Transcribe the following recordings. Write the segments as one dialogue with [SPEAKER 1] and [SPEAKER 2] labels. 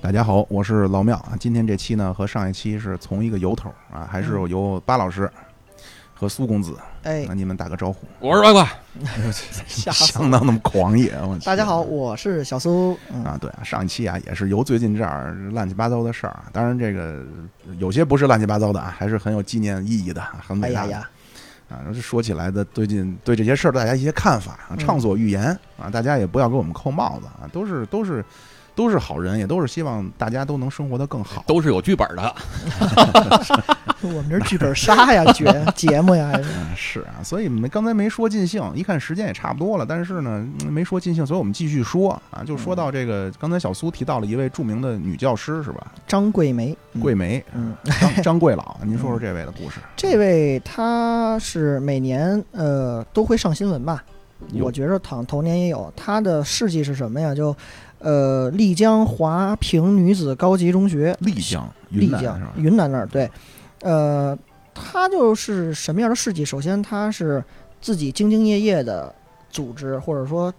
[SPEAKER 1] 大家好，我是老庙啊。今天这期呢，和上一期是从一个由头啊，还是由巴老师和苏公子，
[SPEAKER 2] 嗯 哎
[SPEAKER 1] 那，你们打个招呼，
[SPEAKER 3] 我是八卦，
[SPEAKER 2] 吓死我
[SPEAKER 1] 相！当那么狂野。我去
[SPEAKER 2] 大 家好，我是小苏。嗯，
[SPEAKER 1] 啊，对啊，上一期啊也是由最近这儿乱七八糟的事儿啊，当然这个有些不是乱七八糟的啊，还是很有纪念意义的，很
[SPEAKER 2] 哎
[SPEAKER 1] 伟大
[SPEAKER 2] 呀
[SPEAKER 1] 的
[SPEAKER 2] 呀，
[SPEAKER 1] 啊。然后这说起来的，最近对这些事儿大家一些看法
[SPEAKER 2] 嗯
[SPEAKER 1] 啊，畅所欲言啊，大家也不要给我们扣帽子啊，都是都是都是好人，也都是希望大家都能生活得更好。
[SPEAKER 3] 都是有剧本的。
[SPEAKER 2] 我们这是 剧本杀呀，节节目呀，还是
[SPEAKER 1] 嗯，是啊，所以没刚才没说尽兴，一看时间也差不多了，但是呢嗯没说尽兴，所以我们继续说啊，就说到这个，刚才小苏提到了一位著名的女教师是吧？
[SPEAKER 2] 张桂梅。嗯
[SPEAKER 1] 桂，梅，
[SPEAKER 2] 嗯，
[SPEAKER 1] 张张桂老，您说说这位的故事。
[SPEAKER 2] 这位她是每年呃都会上新闻吧？
[SPEAKER 1] 有
[SPEAKER 2] 我觉着躺头年也有。她的事迹是什么呀？就呃丽江华坪女子高级中学，
[SPEAKER 1] 丽江，
[SPEAKER 2] 嗯丽
[SPEAKER 1] 云南
[SPEAKER 2] 江嗯
[SPEAKER 1] 是吧？
[SPEAKER 2] 云南那儿对，呃，他就是什么样的事迹？首先，他是自己兢兢业业的组织，或者说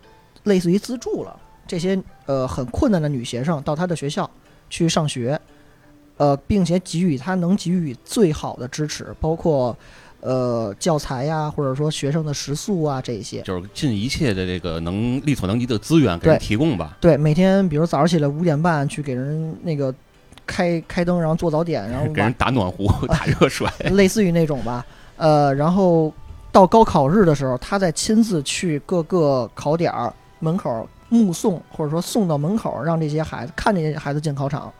[SPEAKER 2] 类似于资助了这些呃很困难的女学生到他的学校去上学，呃，并且给予他能给予最好的支持，包括呃教材呀，或者说学生的食宿啊这一些。
[SPEAKER 3] 就是尽一切的这个能力所能及的资源给人
[SPEAKER 2] 对
[SPEAKER 3] 提供吧。
[SPEAKER 2] 对，每天比如早上起来五点半去给人那个开开灯，然后做早点，然后
[SPEAKER 3] 给
[SPEAKER 2] 晚
[SPEAKER 3] 人打 暖壶、打热水，
[SPEAKER 2] 类似于那种吧。呃，然后到高考日的时候，他再亲自去各个考点儿门口目送，或者说送到门口，让这些孩子看这些孩子进考场。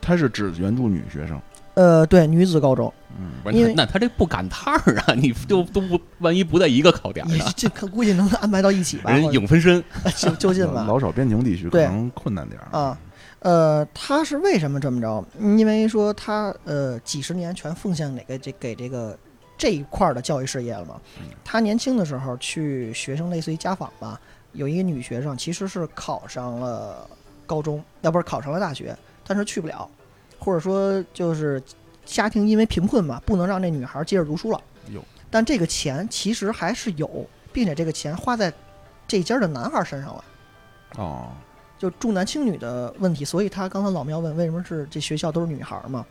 [SPEAKER 1] 她是指原住女学生，
[SPEAKER 2] 呃，对，女子高中，
[SPEAKER 1] 嗯，
[SPEAKER 3] 不
[SPEAKER 2] 因
[SPEAKER 3] 是
[SPEAKER 2] 为
[SPEAKER 3] 那他这不赶趟儿啊， 你就都不万一不在一个 考点
[SPEAKER 2] 也
[SPEAKER 3] 上，
[SPEAKER 2] 这可估计能安排到一起吧，
[SPEAKER 3] 人
[SPEAKER 2] 或者
[SPEAKER 3] 影分身，
[SPEAKER 2] 就就近吧。
[SPEAKER 1] 老少边穷地区可
[SPEAKER 2] 对
[SPEAKER 1] 能困难点儿
[SPEAKER 2] 啊。呃，他是为什么这么着？因为说他呃几十年全奉献给给这给这个这一块儿的教育事业了嘛。他年轻的时候去学生类似于家访吧，有一个女学生其实是考上了高中，要不是考上了大学，但是去不了，或者说就是家庭因为贫困嘛，不能让这女孩接着读书了
[SPEAKER 1] 哟。
[SPEAKER 2] 但这个钱其实还是有，并且这个钱花在这家的男孩身上了。
[SPEAKER 1] 哦，
[SPEAKER 2] 就重男轻女的问题，所以他刚才老苗问为什么是这学校都是女孩儿嘛？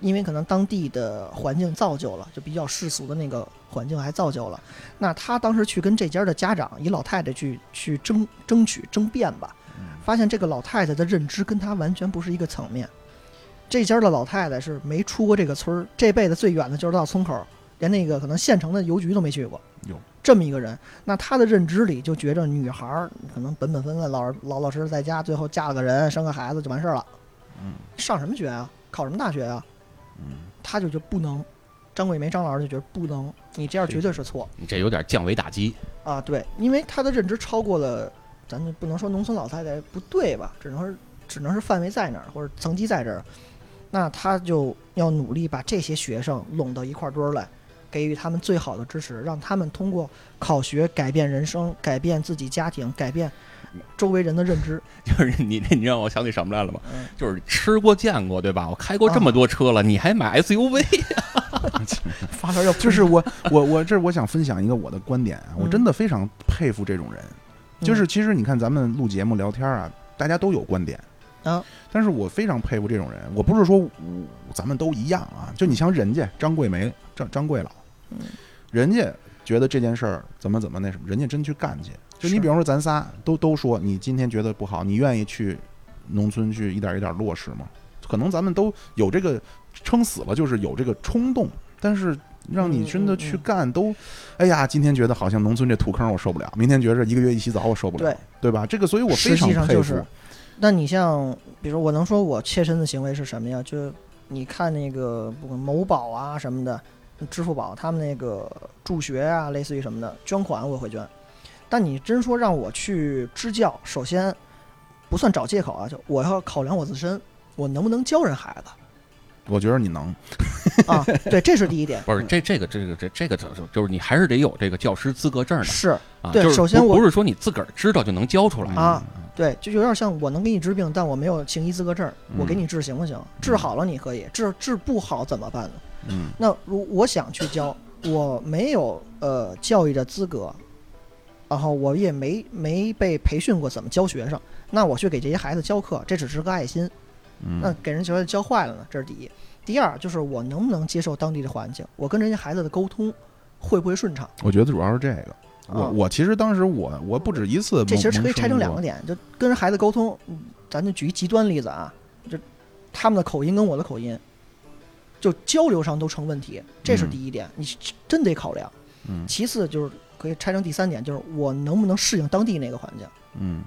[SPEAKER 2] 因为可能当地的环境造就了，就比较世俗的那个环境还造就了。那他当时去跟这家的家长，以老太太去去争争取争辩吧，发现这个老太太的认知跟他完全不是一个层面。这家的老太太是没出过这个村儿，这辈子最远的就是到村口儿，连那个可能县城的邮局都没去过。
[SPEAKER 1] 有
[SPEAKER 2] 这么一个人，那他的认知里就觉着女孩儿可能本本分分、老老老实实在家，最后嫁了个人、生个孩子就完事儿了。
[SPEAKER 1] 嗯，
[SPEAKER 2] 上什么学啊？考什么大学啊？
[SPEAKER 1] 嗯，
[SPEAKER 2] 他就觉得不能。张桂梅张老师就觉得不能，你这样绝对是错
[SPEAKER 3] 你这有点降维打击。
[SPEAKER 2] 啊！对，因为他的认知超过了，咱就不能说农村老太太不对吧，只能是只能是范围在哪儿或者层级在这儿，那他就要努力把这些学生拢到一块堆儿来，给予他们最好的支持，让他们通过考学改变人生，改变自己家庭，改变周围人的认知。
[SPEAKER 3] 就是你，你让我想起什么来了吗？
[SPEAKER 2] 嗯，啊
[SPEAKER 3] 就是吃过见过，对吧？我开过这么多车了，你还 买 SUV？
[SPEAKER 2] 发 条要
[SPEAKER 1] 就是我我我这我想分享一个我的观点啊，我
[SPEAKER 2] 嗯
[SPEAKER 1] 真的非常佩服这种人，就是其实你看咱们录节目聊天啊，大家都有观点
[SPEAKER 2] 啊，
[SPEAKER 1] 但是我非常佩服这种人。我不是说我咱们都一样啊，就你像人家张桂梅、张张桂老，
[SPEAKER 2] 嗯
[SPEAKER 1] 人家觉得这件事儿怎么怎么那什么，人家真去干去。就是你比方说咱仨都都说你今天觉得不好，你愿意去农村去一点一点落实吗？可能咱们都有这个撑死了就是有这个冲动，但是。让你真的去
[SPEAKER 2] 嗯嗯嗯
[SPEAKER 1] 干都，哎呀，今天觉得好像农村这土坑我受不了，明天觉着一个月一洗澡我受不了，
[SPEAKER 2] 对，
[SPEAKER 1] 对吧？这个，所以我非
[SPEAKER 2] 实
[SPEAKER 1] 常
[SPEAKER 2] 际上
[SPEAKER 1] 佩服。
[SPEAKER 2] 就是那你像，比如我能说我切身的行为是什么呀？就你看那个不管某宝啊什么的，支付宝他们那个助学啊，类似于什么的捐款我会捐，但你真说让我去支教，首先不算找借口啊，就我要考量我自身，我能不能教人孩子
[SPEAKER 1] 我觉得你能，
[SPEAKER 2] 啊？对，这是第一点。
[SPEAKER 3] 不是，这这个这个这这个就是就是你还是得有这个教师资格证的
[SPEAKER 2] 是
[SPEAKER 3] 啊。
[SPEAKER 2] 对
[SPEAKER 3] 就是
[SPEAKER 2] 首先
[SPEAKER 3] 不
[SPEAKER 2] 我
[SPEAKER 3] 不是说你自个儿知道就能教出来
[SPEAKER 2] 啊，对，就有点像我能给你治病，但我没有行医资格证，我给
[SPEAKER 1] 嗯
[SPEAKER 2] 你治行不行？治好了你可以，治治不好怎么办呢？
[SPEAKER 1] 嗯，
[SPEAKER 2] 那如我想去教，我没有呃教育的资格，然后我也没没被培训过怎么教学生，那我去给这些孩子教课，这只是个爱心。那
[SPEAKER 1] 嗯
[SPEAKER 2] 给人觉得教坏了呢，这是第一。第二就是我能不能接受当地的环境，我跟人家孩子的沟通会不会顺畅？
[SPEAKER 1] 我觉得主要是这个。我
[SPEAKER 2] 啊
[SPEAKER 1] 我其实当时我我不止一次蒙，
[SPEAKER 2] 这其实
[SPEAKER 1] 蒙
[SPEAKER 2] 可以拆
[SPEAKER 1] 受
[SPEAKER 2] 成两
[SPEAKER 1] 过
[SPEAKER 2] 个点，就跟人孩子沟通，嗯咱就举一极端例子啊，就他们的口音跟我的口音，就交流上都成问题，这是
[SPEAKER 1] 嗯
[SPEAKER 2] 第一点，你是真得考量。
[SPEAKER 1] 嗯
[SPEAKER 2] 其次就是可以拆成第三点，就是我能不能适应当地那个环境。
[SPEAKER 1] 嗯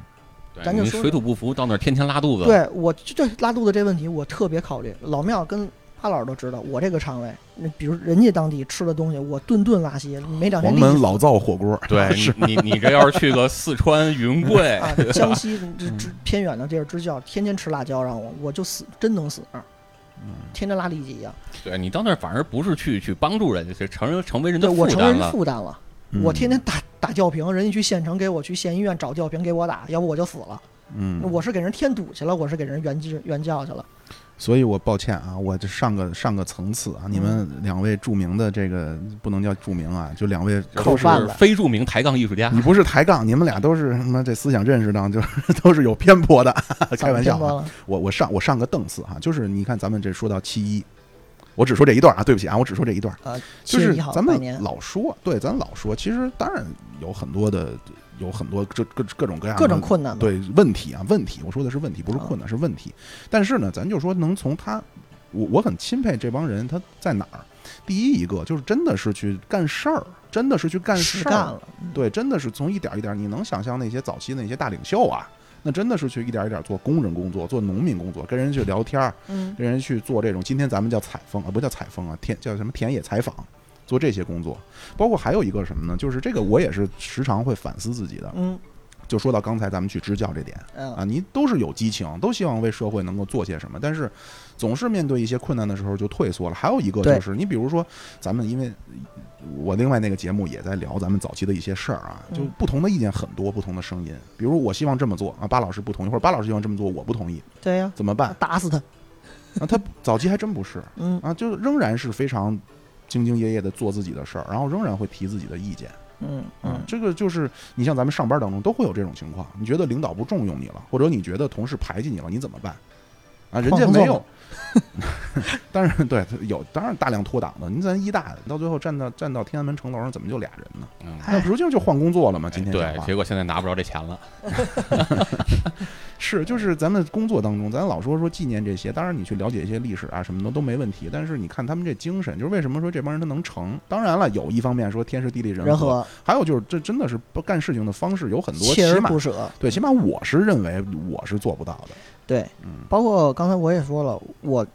[SPEAKER 3] 对
[SPEAKER 2] 咱就
[SPEAKER 3] 你
[SPEAKER 2] 说
[SPEAKER 3] 水土不服，到那儿天天拉肚子，，
[SPEAKER 2] 对我就对拉肚子这问题，我特别考虑。老庙跟潘老师都知道，我这个肠胃，那比如人家当地吃的东西，我顿顿拉稀，没两天
[SPEAKER 1] 黄
[SPEAKER 2] 立即
[SPEAKER 1] 焖老灶火 锅，
[SPEAKER 3] 对
[SPEAKER 1] 是
[SPEAKER 3] 你你你这要是去个四川云贵，
[SPEAKER 2] 啊，江西这
[SPEAKER 1] 嗯
[SPEAKER 2] 这偏远的地儿支教，天天吃辣椒，让我我就死，真能死那儿，
[SPEAKER 1] 嗯
[SPEAKER 2] 天天拉痢疾呀。
[SPEAKER 3] 对你到那儿反而不是去去帮助人家，是成成为人
[SPEAKER 2] 对
[SPEAKER 3] 的
[SPEAKER 2] 我
[SPEAKER 3] 负
[SPEAKER 2] 成
[SPEAKER 3] 担
[SPEAKER 2] 人
[SPEAKER 3] 了。
[SPEAKER 2] 负担了，
[SPEAKER 1] 嗯
[SPEAKER 2] 我天天打打吊瓶，人家去县城给我去县医院找吊瓶给我打，要不我就死了。
[SPEAKER 1] 嗯，
[SPEAKER 2] 我是给人添堵去了，我是给人援治援教去了。
[SPEAKER 1] 所以我抱歉啊，我这上个上个层次
[SPEAKER 2] 嗯
[SPEAKER 1] 啊，你们两位著名的这个不能叫著名啊，就两位
[SPEAKER 3] 就
[SPEAKER 2] 口
[SPEAKER 1] 都
[SPEAKER 3] 是
[SPEAKER 1] 是
[SPEAKER 2] 饭了
[SPEAKER 3] 非著名抬杠艺术家
[SPEAKER 1] 你，不是抬杠，你们俩都是他妈这思想认识上就是 都是有偏 颇的，开玩笑
[SPEAKER 2] 天光
[SPEAKER 1] 啊。
[SPEAKER 2] 了，
[SPEAKER 1] 我我上我上个档次哈、就是你看咱们这说到七一，我只说这一段啊，对不起啊，我只说这一段，
[SPEAKER 2] 呃，
[SPEAKER 1] 就
[SPEAKER 2] 七月
[SPEAKER 1] 是
[SPEAKER 2] 一号
[SPEAKER 1] 咱
[SPEAKER 2] 拜
[SPEAKER 1] 们
[SPEAKER 2] 年，
[SPEAKER 1] 老说，对，咱老说，其实当然有很多的，有很多这各各种各样的
[SPEAKER 2] 各种困难嘛。
[SPEAKER 1] 对问题啊，问题，我说的是问题，不是
[SPEAKER 2] 啊
[SPEAKER 1] 困难，是问题。但是呢，咱就说能从他，我我很钦佩这帮人，他在哪儿？第一一个就是真的是去干事儿，真的是啊去干
[SPEAKER 2] 实
[SPEAKER 1] 事
[SPEAKER 2] 干
[SPEAKER 1] 儿，
[SPEAKER 2] 了，
[SPEAKER 1] 对，真的是从一点儿一点儿，你能想象那些早期那些大领袖啊，那真的是去一点儿一点儿做工人工作，做农民工作，跟人去聊天儿，
[SPEAKER 2] 嗯，
[SPEAKER 1] 跟人去做这种，今天咱们叫采风啊，不叫采风啊，田叫什么田野采访，做这些工作。包括还有一个什么呢？就是这个我也是时常会反思自己的。
[SPEAKER 2] 嗯
[SPEAKER 1] 就说到刚才咱们去支教这点，
[SPEAKER 2] 嗯
[SPEAKER 1] 啊，你都是有激情，都希望为社会能够做些什么，但是总是面对一些困难的时候就退缩了。还有一个
[SPEAKER 2] 对
[SPEAKER 1] 就是，你比如说，咱们因为我另外那个节目也在聊咱们早期的一些事儿啊，就
[SPEAKER 2] 嗯
[SPEAKER 1] 不同的意见很多，不同的声音。比如我希望这么做啊，巴老师不同意，或者巴老师希望这么做，我不同意，
[SPEAKER 2] 对呀，
[SPEAKER 1] 怎么 办？
[SPEAKER 2] 打死他，
[SPEAKER 1] 啊，他早期还真不是
[SPEAKER 2] 嗯
[SPEAKER 1] 啊，就仍然是非常兢兢业业的做自己的事儿，然后仍然会提自己的意见。
[SPEAKER 2] 嗯
[SPEAKER 1] 啊
[SPEAKER 2] 嗯，，
[SPEAKER 1] 这个就是你像咱们上班当中都会有这种情况，你觉得领导不重用你了，或者你觉得同事排挤你了，你怎么办？啊，人家
[SPEAKER 2] 换工作
[SPEAKER 1] 没有， 当然对有，当然大量脱档的。您咱一大到最后站到站到天安门城楼上，怎么就俩人呢？
[SPEAKER 3] 嗯
[SPEAKER 1] 那不就就换工作了吗？
[SPEAKER 3] 哎
[SPEAKER 1] 今天讲
[SPEAKER 3] 对，
[SPEAKER 1] 话
[SPEAKER 3] 结果现在拿不着这钱了。
[SPEAKER 1] 是就是咱们工作当中，咱老说说纪念这些，当然你去了解一些历史啊什么的都没问题。但是你看他们这精神，就是为什么说这帮人他能成？当然了，有一方面说天时地利人
[SPEAKER 2] 人
[SPEAKER 1] 和，
[SPEAKER 2] 和
[SPEAKER 1] 还有就是这真的是不干事情的方式有很多，
[SPEAKER 2] 锲
[SPEAKER 1] 起
[SPEAKER 2] 而
[SPEAKER 1] 码
[SPEAKER 2] 不舍，
[SPEAKER 1] 对，起码我是认为我是做不到的。
[SPEAKER 2] 对，
[SPEAKER 1] 嗯
[SPEAKER 2] 包括刚才我也说了，我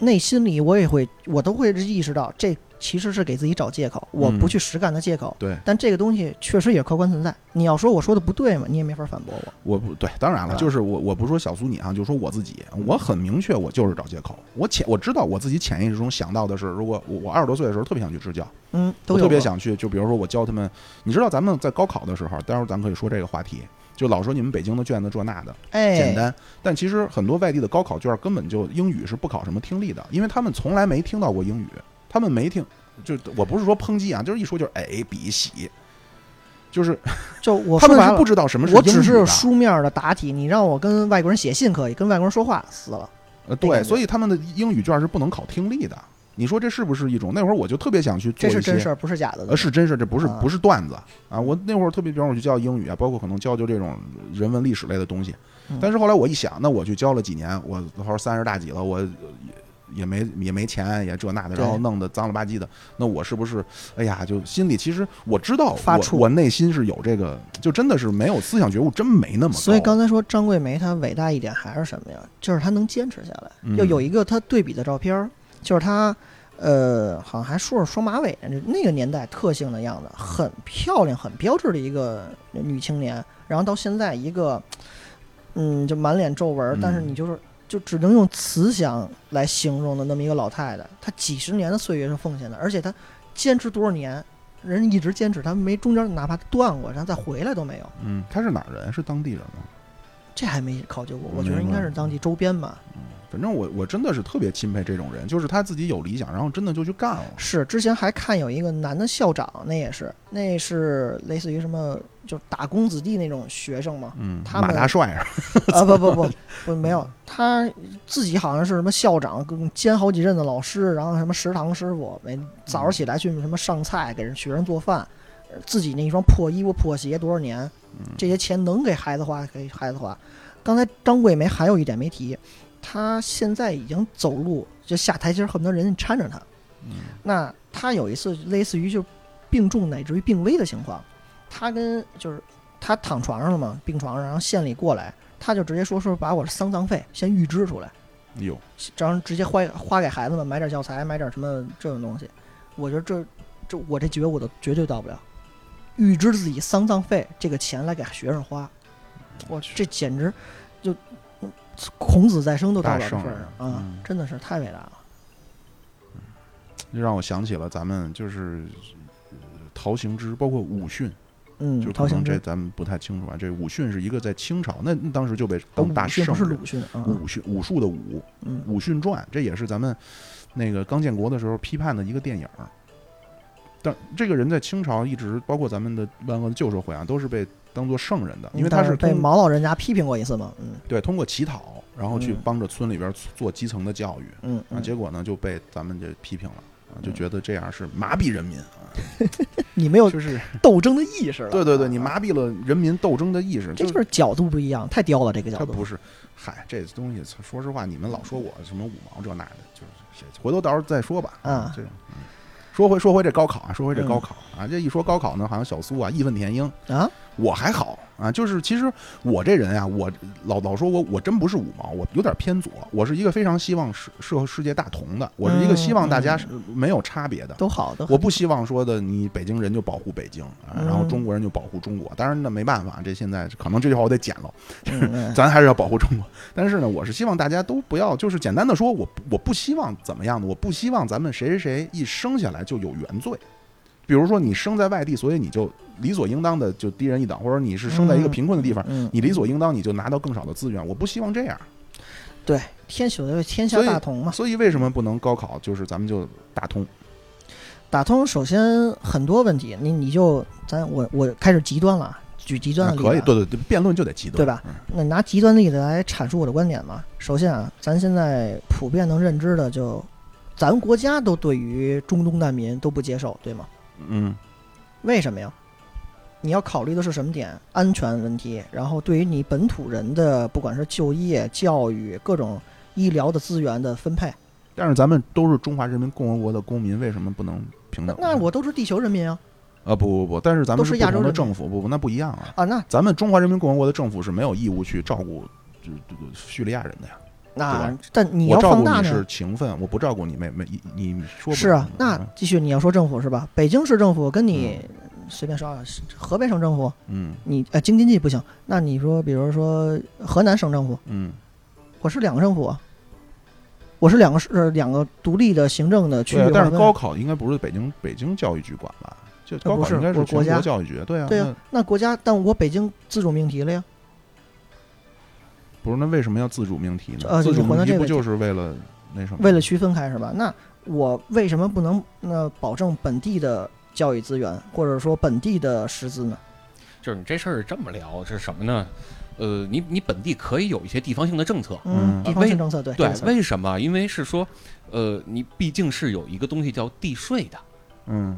[SPEAKER 2] 内心里我也会，我都会意识到，这其实是给自己找借口，我
[SPEAKER 1] 嗯
[SPEAKER 2] 不去实干的借口。
[SPEAKER 1] 对
[SPEAKER 2] 但这个东西确实也客观存在。你要说我说的不对嘛，你也没法反驳我。
[SPEAKER 1] 我不对，当然了，
[SPEAKER 2] 是吧
[SPEAKER 1] 就是我我不是说小苏你啊，就说我自己，
[SPEAKER 2] 嗯
[SPEAKER 1] 我很明确，我就是找借口。我潜我知道我自己潜意识中想到的是，如果我我二十多岁的时候特别想去支教，
[SPEAKER 2] 嗯，都
[SPEAKER 1] 我
[SPEAKER 2] 有
[SPEAKER 1] 特别
[SPEAKER 2] 过，
[SPEAKER 1] 想去，就比如说我教他们，你知道咱们在高考的时候，待会儿咱可以说这个话题，就老说你们北京的卷子这那的
[SPEAKER 2] 哎，
[SPEAKER 1] 简单，但其实很多外地的高考卷根本就英语是不考什么听力的，因为他们从来没听到过英语，他们没听，就我不是说抨击啊，就是一说就是哎比喜。就是
[SPEAKER 2] 就我
[SPEAKER 1] 他
[SPEAKER 2] 说
[SPEAKER 1] 们
[SPEAKER 2] 白
[SPEAKER 1] 是
[SPEAKER 2] 了
[SPEAKER 1] 不，知道什么是
[SPEAKER 2] 我
[SPEAKER 1] 英
[SPEAKER 2] 只
[SPEAKER 1] 语
[SPEAKER 2] 是
[SPEAKER 1] 的
[SPEAKER 2] 书面的答题，你让我跟外国人写信可以，跟外国人说话死了。
[SPEAKER 1] 呃，
[SPEAKER 2] 那感
[SPEAKER 1] 对，
[SPEAKER 2] 觉
[SPEAKER 1] 所以他们的英语卷是不能考听力的。你说这是不是一种？那会儿我就特别想去做
[SPEAKER 2] 这
[SPEAKER 1] 一些，
[SPEAKER 2] 是真事儿，不是假的。
[SPEAKER 1] 呃，是真事儿，这不是
[SPEAKER 2] 啊
[SPEAKER 1] 不是段子啊！我那会儿特别，比方我去教英语啊，包括可能教就这种人文历史类的东西
[SPEAKER 2] 嗯。
[SPEAKER 1] 但是后来我一想，那我去教了几年，我那会儿三十大几了，我呃也也没也没钱，也这那的，
[SPEAKER 2] 对
[SPEAKER 1] 然后弄得脏了吧唧的，那我是不是哎呀，就心里其实我知道
[SPEAKER 2] 发
[SPEAKER 1] 我
[SPEAKER 2] 怵
[SPEAKER 1] 我内心是有这个，就真的是没有思想觉悟，真没那么高。
[SPEAKER 2] 所以刚才说张桂梅她伟大一点还是什么呀？就是她能坚持下来。
[SPEAKER 1] 嗯
[SPEAKER 2] 就有一个她对比的照片儿，就是她，呃，好像还梳着双马尾呢，就那个年代特性的样子，很漂亮、很标志的一个女青年。然后到现在一个，嗯，就满脸皱纹，
[SPEAKER 1] 嗯
[SPEAKER 2] 但是你就是就只能用慈祥来形容的那么一个老太太，她几十年的岁月是奉献的，而且她坚持多少年，人一直坚持，她没中间哪怕断过，然后再回来都没有。
[SPEAKER 1] 嗯，他是哪儿人？是当地人吗？
[SPEAKER 2] 这还没考究过，
[SPEAKER 1] 嗯
[SPEAKER 2] 我觉得应该是当地周边吧。
[SPEAKER 1] 反正我我真的是特别钦佩这种人，就是他自己有理想，然后真的就去干了。。
[SPEAKER 2] 是，之前还看有一个男的校长，那也是，那是类似于什么，就是打工子弟那种学生嘛
[SPEAKER 1] 嗯，
[SPEAKER 2] 他
[SPEAKER 1] 马
[SPEAKER 2] 们
[SPEAKER 1] 大帅是吧
[SPEAKER 2] 啊，不不不不，没有，他自己好像是什么校长，跟兼好几任的老师，然后什么食堂师傅，每早上起来去什么上菜，给人学生做饭，呃自己那一双破衣服破鞋多少年，这些钱能给孩子花给孩子花。刚才张桂梅还有一点没提，她现在已经走路就下台阶，恨不得人家搀着她。那他有一次类似于就病重乃至于病危的情况，他跟就是他躺床上了嘛，病床上，然后县里过来，他就直接说说把我的丧葬费先预支出来，
[SPEAKER 1] 哟，
[SPEAKER 2] 然后直接花花给孩子们买点教材，买点什么这种东西。我觉得这这我这觉我都绝对到不了，预支自己丧葬费这个钱来给学生花，
[SPEAKER 1] 我去，
[SPEAKER 2] 这简直就孔子再生都到不了这份
[SPEAKER 1] 大圣
[SPEAKER 2] 儿
[SPEAKER 1] 人
[SPEAKER 2] 上啊
[SPEAKER 1] 嗯！
[SPEAKER 2] 真的是太伟大了。
[SPEAKER 1] 这让我想起了咱们就是呃陶行知，包括武训，
[SPEAKER 2] 嗯，
[SPEAKER 1] 就
[SPEAKER 2] 陶
[SPEAKER 1] 可
[SPEAKER 2] 行
[SPEAKER 1] 能这
[SPEAKER 2] 知，
[SPEAKER 1] 咱们不太清楚啊。这武训是一个在清朝，那那当时就被
[SPEAKER 2] 呃
[SPEAKER 1] 当大
[SPEAKER 2] 鲁迅
[SPEAKER 1] 圣
[SPEAKER 2] 不是
[SPEAKER 1] 人
[SPEAKER 2] 鲁迅啊，
[SPEAKER 1] 武训武术的武，
[SPEAKER 2] 嗯
[SPEAKER 1] 《武训传》，这也是咱们那个刚建国的时候批判的一个电影儿。但这个人在清朝一直，包括咱们的万恶的旧社会啊，都是被当做圣人的，因为他是
[SPEAKER 2] 嗯被
[SPEAKER 1] 通
[SPEAKER 2] 毛老人家批评过一次嘛，嗯
[SPEAKER 1] 对通过乞讨，然后去
[SPEAKER 2] 嗯
[SPEAKER 1] 帮着村里边做基层的教育
[SPEAKER 2] 嗯
[SPEAKER 1] 啊，
[SPEAKER 2] 嗯，
[SPEAKER 1] 结果呢就被咱们这批评了啊，就
[SPEAKER 2] 嗯
[SPEAKER 1] 觉得这样是麻痹人民啊，
[SPEAKER 2] 你没有
[SPEAKER 1] 就是
[SPEAKER 2] 斗争的意识了。
[SPEAKER 1] 对对对，
[SPEAKER 2] 啊
[SPEAKER 1] 你，麻痹了人民斗争的意识，
[SPEAKER 2] 这
[SPEAKER 1] 就
[SPEAKER 2] 就是角度不一样，太刁了这个角
[SPEAKER 1] 他
[SPEAKER 2] 度。
[SPEAKER 1] 不是，嗨，这东西说实话，你们老说我什么五毛这那的，就是回头到时候再说吧。
[SPEAKER 2] 啊
[SPEAKER 1] 这种。嗯说回说回这高考啊，说回这
[SPEAKER 2] 嗯
[SPEAKER 1] 高考啊，这一说高考呢，好像小苏啊义愤填膺，
[SPEAKER 2] 啊，
[SPEAKER 1] 我还好啊，就是其实我这人啊，我老老说我我真不是五毛，我有点偏左，我是一个非常希望世社会世界大同的，我是一个希望大家
[SPEAKER 2] 嗯
[SPEAKER 1] 是没有差别的，
[SPEAKER 2] 都好都好。
[SPEAKER 1] 我不希望说的你北京人就保护北京，啊然后中国人就保护中国，当然那没办法，这现在可能这句话我得剪了。
[SPEAKER 2] 嗯嗯
[SPEAKER 1] 咱还是要保护中国。但是呢，我是希望大家都不要，就是简单的说，我我不希望怎么样的，我不希望咱们谁谁谁一生下来就有原罪。比如说你生在外地，所以你就理所应当的就低人一等，或者你是生在一个贫困的地方，
[SPEAKER 2] 嗯，
[SPEAKER 1] 你理所应当你就拿到更少的资源。我不希望这样，
[SPEAKER 2] 对天所谓天下
[SPEAKER 1] 所以
[SPEAKER 2] 大同嘛。
[SPEAKER 1] 所以为什么不能高考？就是咱们就打通，
[SPEAKER 2] 打通首先很多问题，你你就咱我我开始极端了啊，举极端
[SPEAKER 1] 那
[SPEAKER 2] 的例子啊。
[SPEAKER 1] 可以，对对嗯对，辩论就得极端，
[SPEAKER 2] 对吧？那拿极端例子来阐述我的观点嘛。首先啊，咱现在普遍能认知的就，咱国家都对于中东难民都不接受，对吗？
[SPEAKER 1] 嗯，
[SPEAKER 2] 为什么呀？你要考虑的是什么点？安全问题，然后对于你本土人的，不管是就业、教育、各种医疗的资源的分配，
[SPEAKER 1] 但是咱们都是中华人民共和国的公民，为什么不能平等呢？
[SPEAKER 2] 那我都是地球人民啊
[SPEAKER 1] 啊不不不，但是咱们
[SPEAKER 2] 都
[SPEAKER 1] 是
[SPEAKER 2] 是
[SPEAKER 1] 不
[SPEAKER 2] 亚洲
[SPEAKER 1] 同的
[SPEAKER 2] 人民
[SPEAKER 1] 政府，不不，那不一样啊。
[SPEAKER 2] 啊，那
[SPEAKER 1] 咱们中华人民共和国的政府是没有义务去照顾这这个叙利亚人的呀。对
[SPEAKER 2] 那
[SPEAKER 1] 吧
[SPEAKER 2] 但你
[SPEAKER 1] 我
[SPEAKER 2] 要
[SPEAKER 1] 照
[SPEAKER 2] 放
[SPEAKER 1] 顾
[SPEAKER 2] 大
[SPEAKER 1] 你
[SPEAKER 2] 呢？
[SPEAKER 1] 是情分，我不照顾你没没你你说不
[SPEAKER 2] 是啊
[SPEAKER 1] 了，嗯
[SPEAKER 2] 那继续你要说政府是吧？北京市政府跟你随便说啊，是河北省政府，
[SPEAKER 1] 嗯
[SPEAKER 2] 你呃京津冀不行，那你说比如说河南省政府，
[SPEAKER 1] 嗯，
[SPEAKER 2] 我是两个政府啊，我是两个是两个独立的行政的区
[SPEAKER 1] 对
[SPEAKER 2] 域
[SPEAKER 1] 啊
[SPEAKER 2] 划，分，
[SPEAKER 1] 但是高考应该不是北京北京教育局管吧？就高
[SPEAKER 2] 不
[SPEAKER 1] 考
[SPEAKER 2] 是
[SPEAKER 1] 应该
[SPEAKER 2] 国
[SPEAKER 1] 全国
[SPEAKER 2] 国家
[SPEAKER 1] 教育局，对啊，
[SPEAKER 2] 对呀、
[SPEAKER 1] 那
[SPEAKER 2] 那国家，但我北京自主命题了呀。
[SPEAKER 1] 不是那为什么要自主命题呢？
[SPEAKER 2] 呃
[SPEAKER 1] 自主
[SPEAKER 2] 你回
[SPEAKER 1] 命
[SPEAKER 2] 到
[SPEAKER 1] 题
[SPEAKER 2] 这
[SPEAKER 1] 不
[SPEAKER 2] 个
[SPEAKER 1] 就是为了那什么？
[SPEAKER 2] 为了区分开是吧？那我为什么不能那保证本地的教育资源，或者说本地的师资呢？
[SPEAKER 3] 就是你这事儿这么聊是什么呢？呃，你你本地可以有一些地方性的政策，
[SPEAKER 1] 嗯
[SPEAKER 2] 地方性政策对
[SPEAKER 3] 对
[SPEAKER 2] 这个，词儿
[SPEAKER 3] 为什么？因为是说，呃，你毕竟是有一个东西叫地税的，
[SPEAKER 1] 嗯，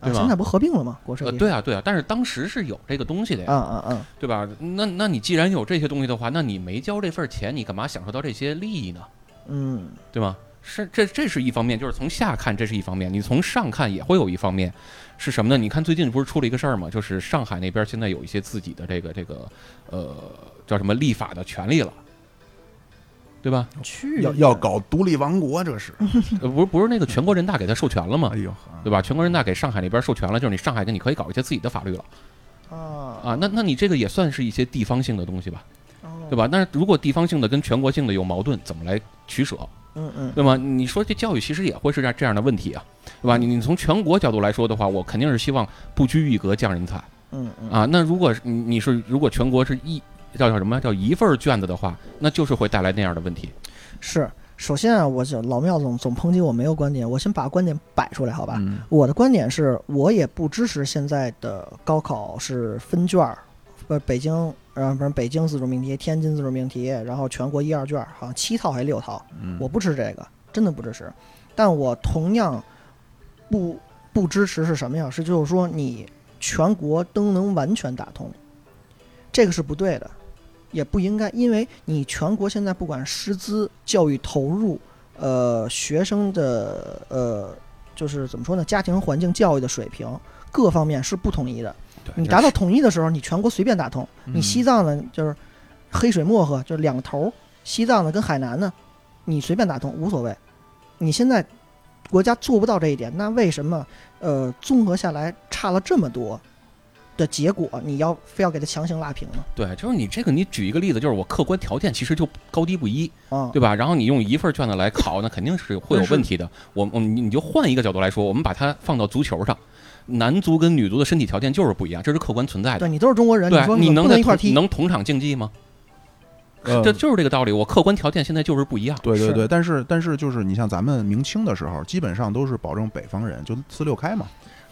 [SPEAKER 2] 啊
[SPEAKER 3] 对吧
[SPEAKER 2] 现在不合并了吗？国税
[SPEAKER 3] 呃，
[SPEAKER 2] 地
[SPEAKER 3] 对啊，对啊，但是当时是有这个东西的呀，
[SPEAKER 2] 啊啊啊！
[SPEAKER 3] 对吧？那那你既然有这些东西的话，那你没交这份钱，你干嘛享受到这些利益呢？
[SPEAKER 2] 嗯，
[SPEAKER 3] 对吗？是这这是一方面，就是从下看这是一方面，你从上看也会有一方面，是什么呢？你看最近不是出了一个事儿吗？就是上海那边现在有一些自己的这个这个呃叫什么立法的权利了，对吧？
[SPEAKER 2] 去
[SPEAKER 1] 要要搞独立王国，这是，
[SPEAKER 3] 呃，不是不是那个全国人大给他授权了吗
[SPEAKER 1] 哎？呦，
[SPEAKER 3] 对吧？全国人大给上海那边授权了，就是你上海的你可以搞一些自己的法律了
[SPEAKER 2] 啊，
[SPEAKER 3] 啊。那那你这个也算是一些地方性的东西吧，
[SPEAKER 2] 哦
[SPEAKER 3] 对吧？但是如果地方性的跟全国性的有矛盾，怎么来取舍？
[SPEAKER 2] 嗯嗯，
[SPEAKER 3] 对吗？你说这教育其实也会是这样这样的问题啊，对吧？你你从全国角度来说的话，我肯定是希望不拘一格降人才啊
[SPEAKER 2] 嗯嗯
[SPEAKER 3] 啊。那如果是你你是如果全国是一叫叫什么叫一份儿卷子的话，那就是会带来那样的问题。
[SPEAKER 2] 是，首先啊，我就老庙总总抨击我没有观点，我先把观点摆出来，好吧？
[SPEAKER 1] 嗯
[SPEAKER 2] 我的观点是我也不支持现在的高考是分卷儿，呃，北京呃不是北京自主命题、天津自主命题，然后全国一二卷儿，好像七套还是六套，
[SPEAKER 1] 嗯，
[SPEAKER 2] 我不支持这个，真的不支持。但我同样不不支持是什么呀？是就是说你全国都能完全打通，这个是不对的，也不应该，因为你全国现在不管师资、教育投入，呃，学生的呃，就是怎么说呢，家庭环境、教育的水平各方面是不统一的。
[SPEAKER 3] 对
[SPEAKER 2] 你
[SPEAKER 3] 这
[SPEAKER 2] 达到
[SPEAKER 3] 是
[SPEAKER 2] 统一的时候，你全国随便打通。你
[SPEAKER 1] 嗯
[SPEAKER 2] 西藏呢，就是黑水漠河，就是两个头儿，西藏呢跟海南呢，你随便打通无所谓。你现在国家做不到这一点，那为什么呃综合下来差了这么多的结果，你要非要给它强行拉平呢？
[SPEAKER 3] 对，就是你这个，你举一个例子，就是我客观条件其实就高低不一，
[SPEAKER 2] 啊、
[SPEAKER 3] 对吧？然后你用一份儿卷子来考，那肯定是会有
[SPEAKER 2] 但是
[SPEAKER 3] 问题的。我我你你就换一个角度来说，我们把它放到足球上，男足跟女足的身体条件就是不一样，这是客观存在的。
[SPEAKER 2] 对你都是中国人，
[SPEAKER 3] 对啊
[SPEAKER 2] 说，
[SPEAKER 3] 你
[SPEAKER 2] 你
[SPEAKER 3] 能
[SPEAKER 2] 不
[SPEAKER 3] 在
[SPEAKER 2] 能一块儿
[SPEAKER 3] 同
[SPEAKER 2] 踢？
[SPEAKER 3] 能同场竞技吗？
[SPEAKER 1] 呃
[SPEAKER 3] 这就是这个道理。我客观条件现在就是不一样。
[SPEAKER 1] 对对
[SPEAKER 2] 是
[SPEAKER 1] 对，但是但是就是你像咱们明清的时候，基本上都是保证北方人就四六开嘛，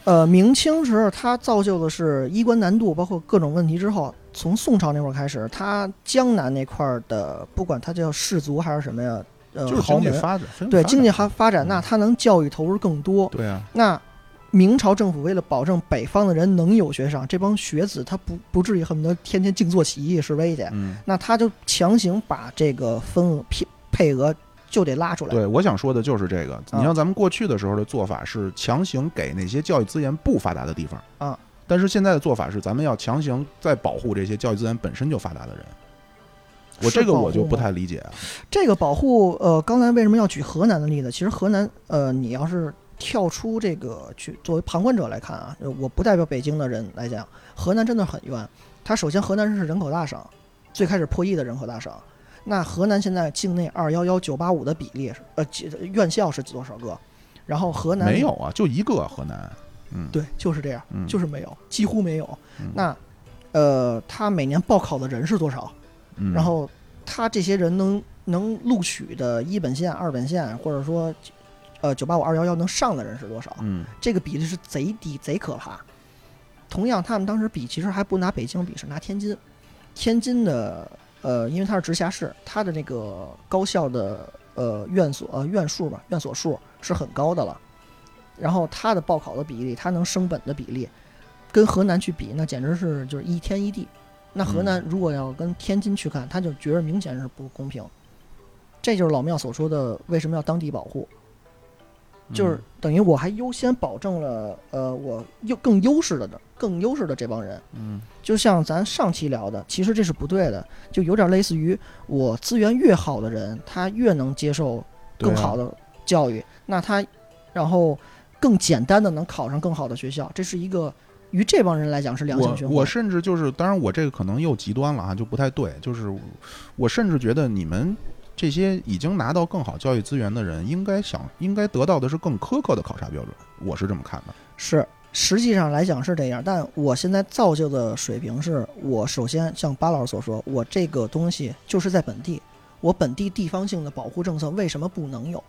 [SPEAKER 2] 呃，明清时候它造就的是衣冠南渡，包括各种问题之后，从宋朝那会儿开始，它江南那块儿的，不管它叫氏族还是什么呀，呃，
[SPEAKER 1] 就是
[SPEAKER 2] 豪
[SPEAKER 1] 经济
[SPEAKER 2] 门，
[SPEAKER 1] 发展，分
[SPEAKER 2] 对
[SPEAKER 1] 发
[SPEAKER 2] 经济
[SPEAKER 1] 展嗯
[SPEAKER 2] 发发展，那它能教育投入更多。
[SPEAKER 1] 对啊，
[SPEAKER 2] 那明朝政府为了保证北方的人能有学上，这帮学子他不不至于恨不得天天静坐起义示威去，
[SPEAKER 1] 嗯，
[SPEAKER 2] 那他就强行把这个分额配配额就得拉出来。
[SPEAKER 1] 对，我想说的就是这个。
[SPEAKER 2] 嗯
[SPEAKER 1] 你像咱们过去的时候的做法是强行给那些教育资源不发达的地方
[SPEAKER 2] 啊，
[SPEAKER 1] 但是现在的做法是咱们要强行再保护这些教育资源本身就发达的人。我
[SPEAKER 2] 是
[SPEAKER 1] 这个
[SPEAKER 2] 保
[SPEAKER 1] 我就
[SPEAKER 2] 护
[SPEAKER 1] 不
[SPEAKER 2] 吗
[SPEAKER 1] 太理解啊。
[SPEAKER 2] 这个保护，呃，刚才为什么要举河南的例子？其实河南，呃，你要是跳出这个去作为旁观者来看啊，呃我不代表北京的人来讲，河南真的很冤。它首先河南是人口大省，最开始破亿的人口大省。那河南现在境内二幺幺九八五的比例是，呃，几院校是多少个？然后河南
[SPEAKER 1] 没有啊，就一个河南，嗯，
[SPEAKER 2] 对，就是这样，
[SPEAKER 1] 嗯，
[SPEAKER 2] 就是没有，几乎没有。
[SPEAKER 1] 嗯
[SPEAKER 2] 那，呃，他每年报考的人是多少？
[SPEAKER 1] 嗯
[SPEAKER 2] 然后他这些人能能录取的一本线、二本线，或者说呃九八五、二幺幺能上的人是多少？
[SPEAKER 1] 嗯，
[SPEAKER 2] 这个比例是贼低、贼可怕。同样，他们当时比其实还不拿北京比，是拿天津。天津的呃，因为它是直辖市，它的那个高校的呃院所呃院数吧，院所数是很高的了。然后它的报考的比例，它能升本的比例，跟河南去比，那简直是就是一天一地。那河南如果要跟天津去看，他就觉得明显是不公平。这就是老庙所说的为什么要当地保护。就是
[SPEAKER 1] 嗯
[SPEAKER 2] 等于我还优先保证了呃我优更优势的的更优势的这帮人，
[SPEAKER 1] 嗯，
[SPEAKER 2] 就像咱上期聊的，其实这是不对的，就有点类似于我资源越好的人，他越能接受更好
[SPEAKER 1] 的，
[SPEAKER 2] 的教育，那他然后更简单的能考上更好的学校，这是一个于这帮人来讲是良性
[SPEAKER 1] 我
[SPEAKER 2] 循环。
[SPEAKER 1] 我甚至就是，当然我这个可能又极端了啊，就不太对。就是我甚至觉得你们这些已经拿到更好教育资源的人，应该想应该得到的是更苛刻的考察标准，我是这么看的。
[SPEAKER 2] 是，实际上来讲是这样，但我现在造就的水平是，我首先像巴老师所说，我这个东西就是在本地，我本地地方性的保护政策为什么不能有？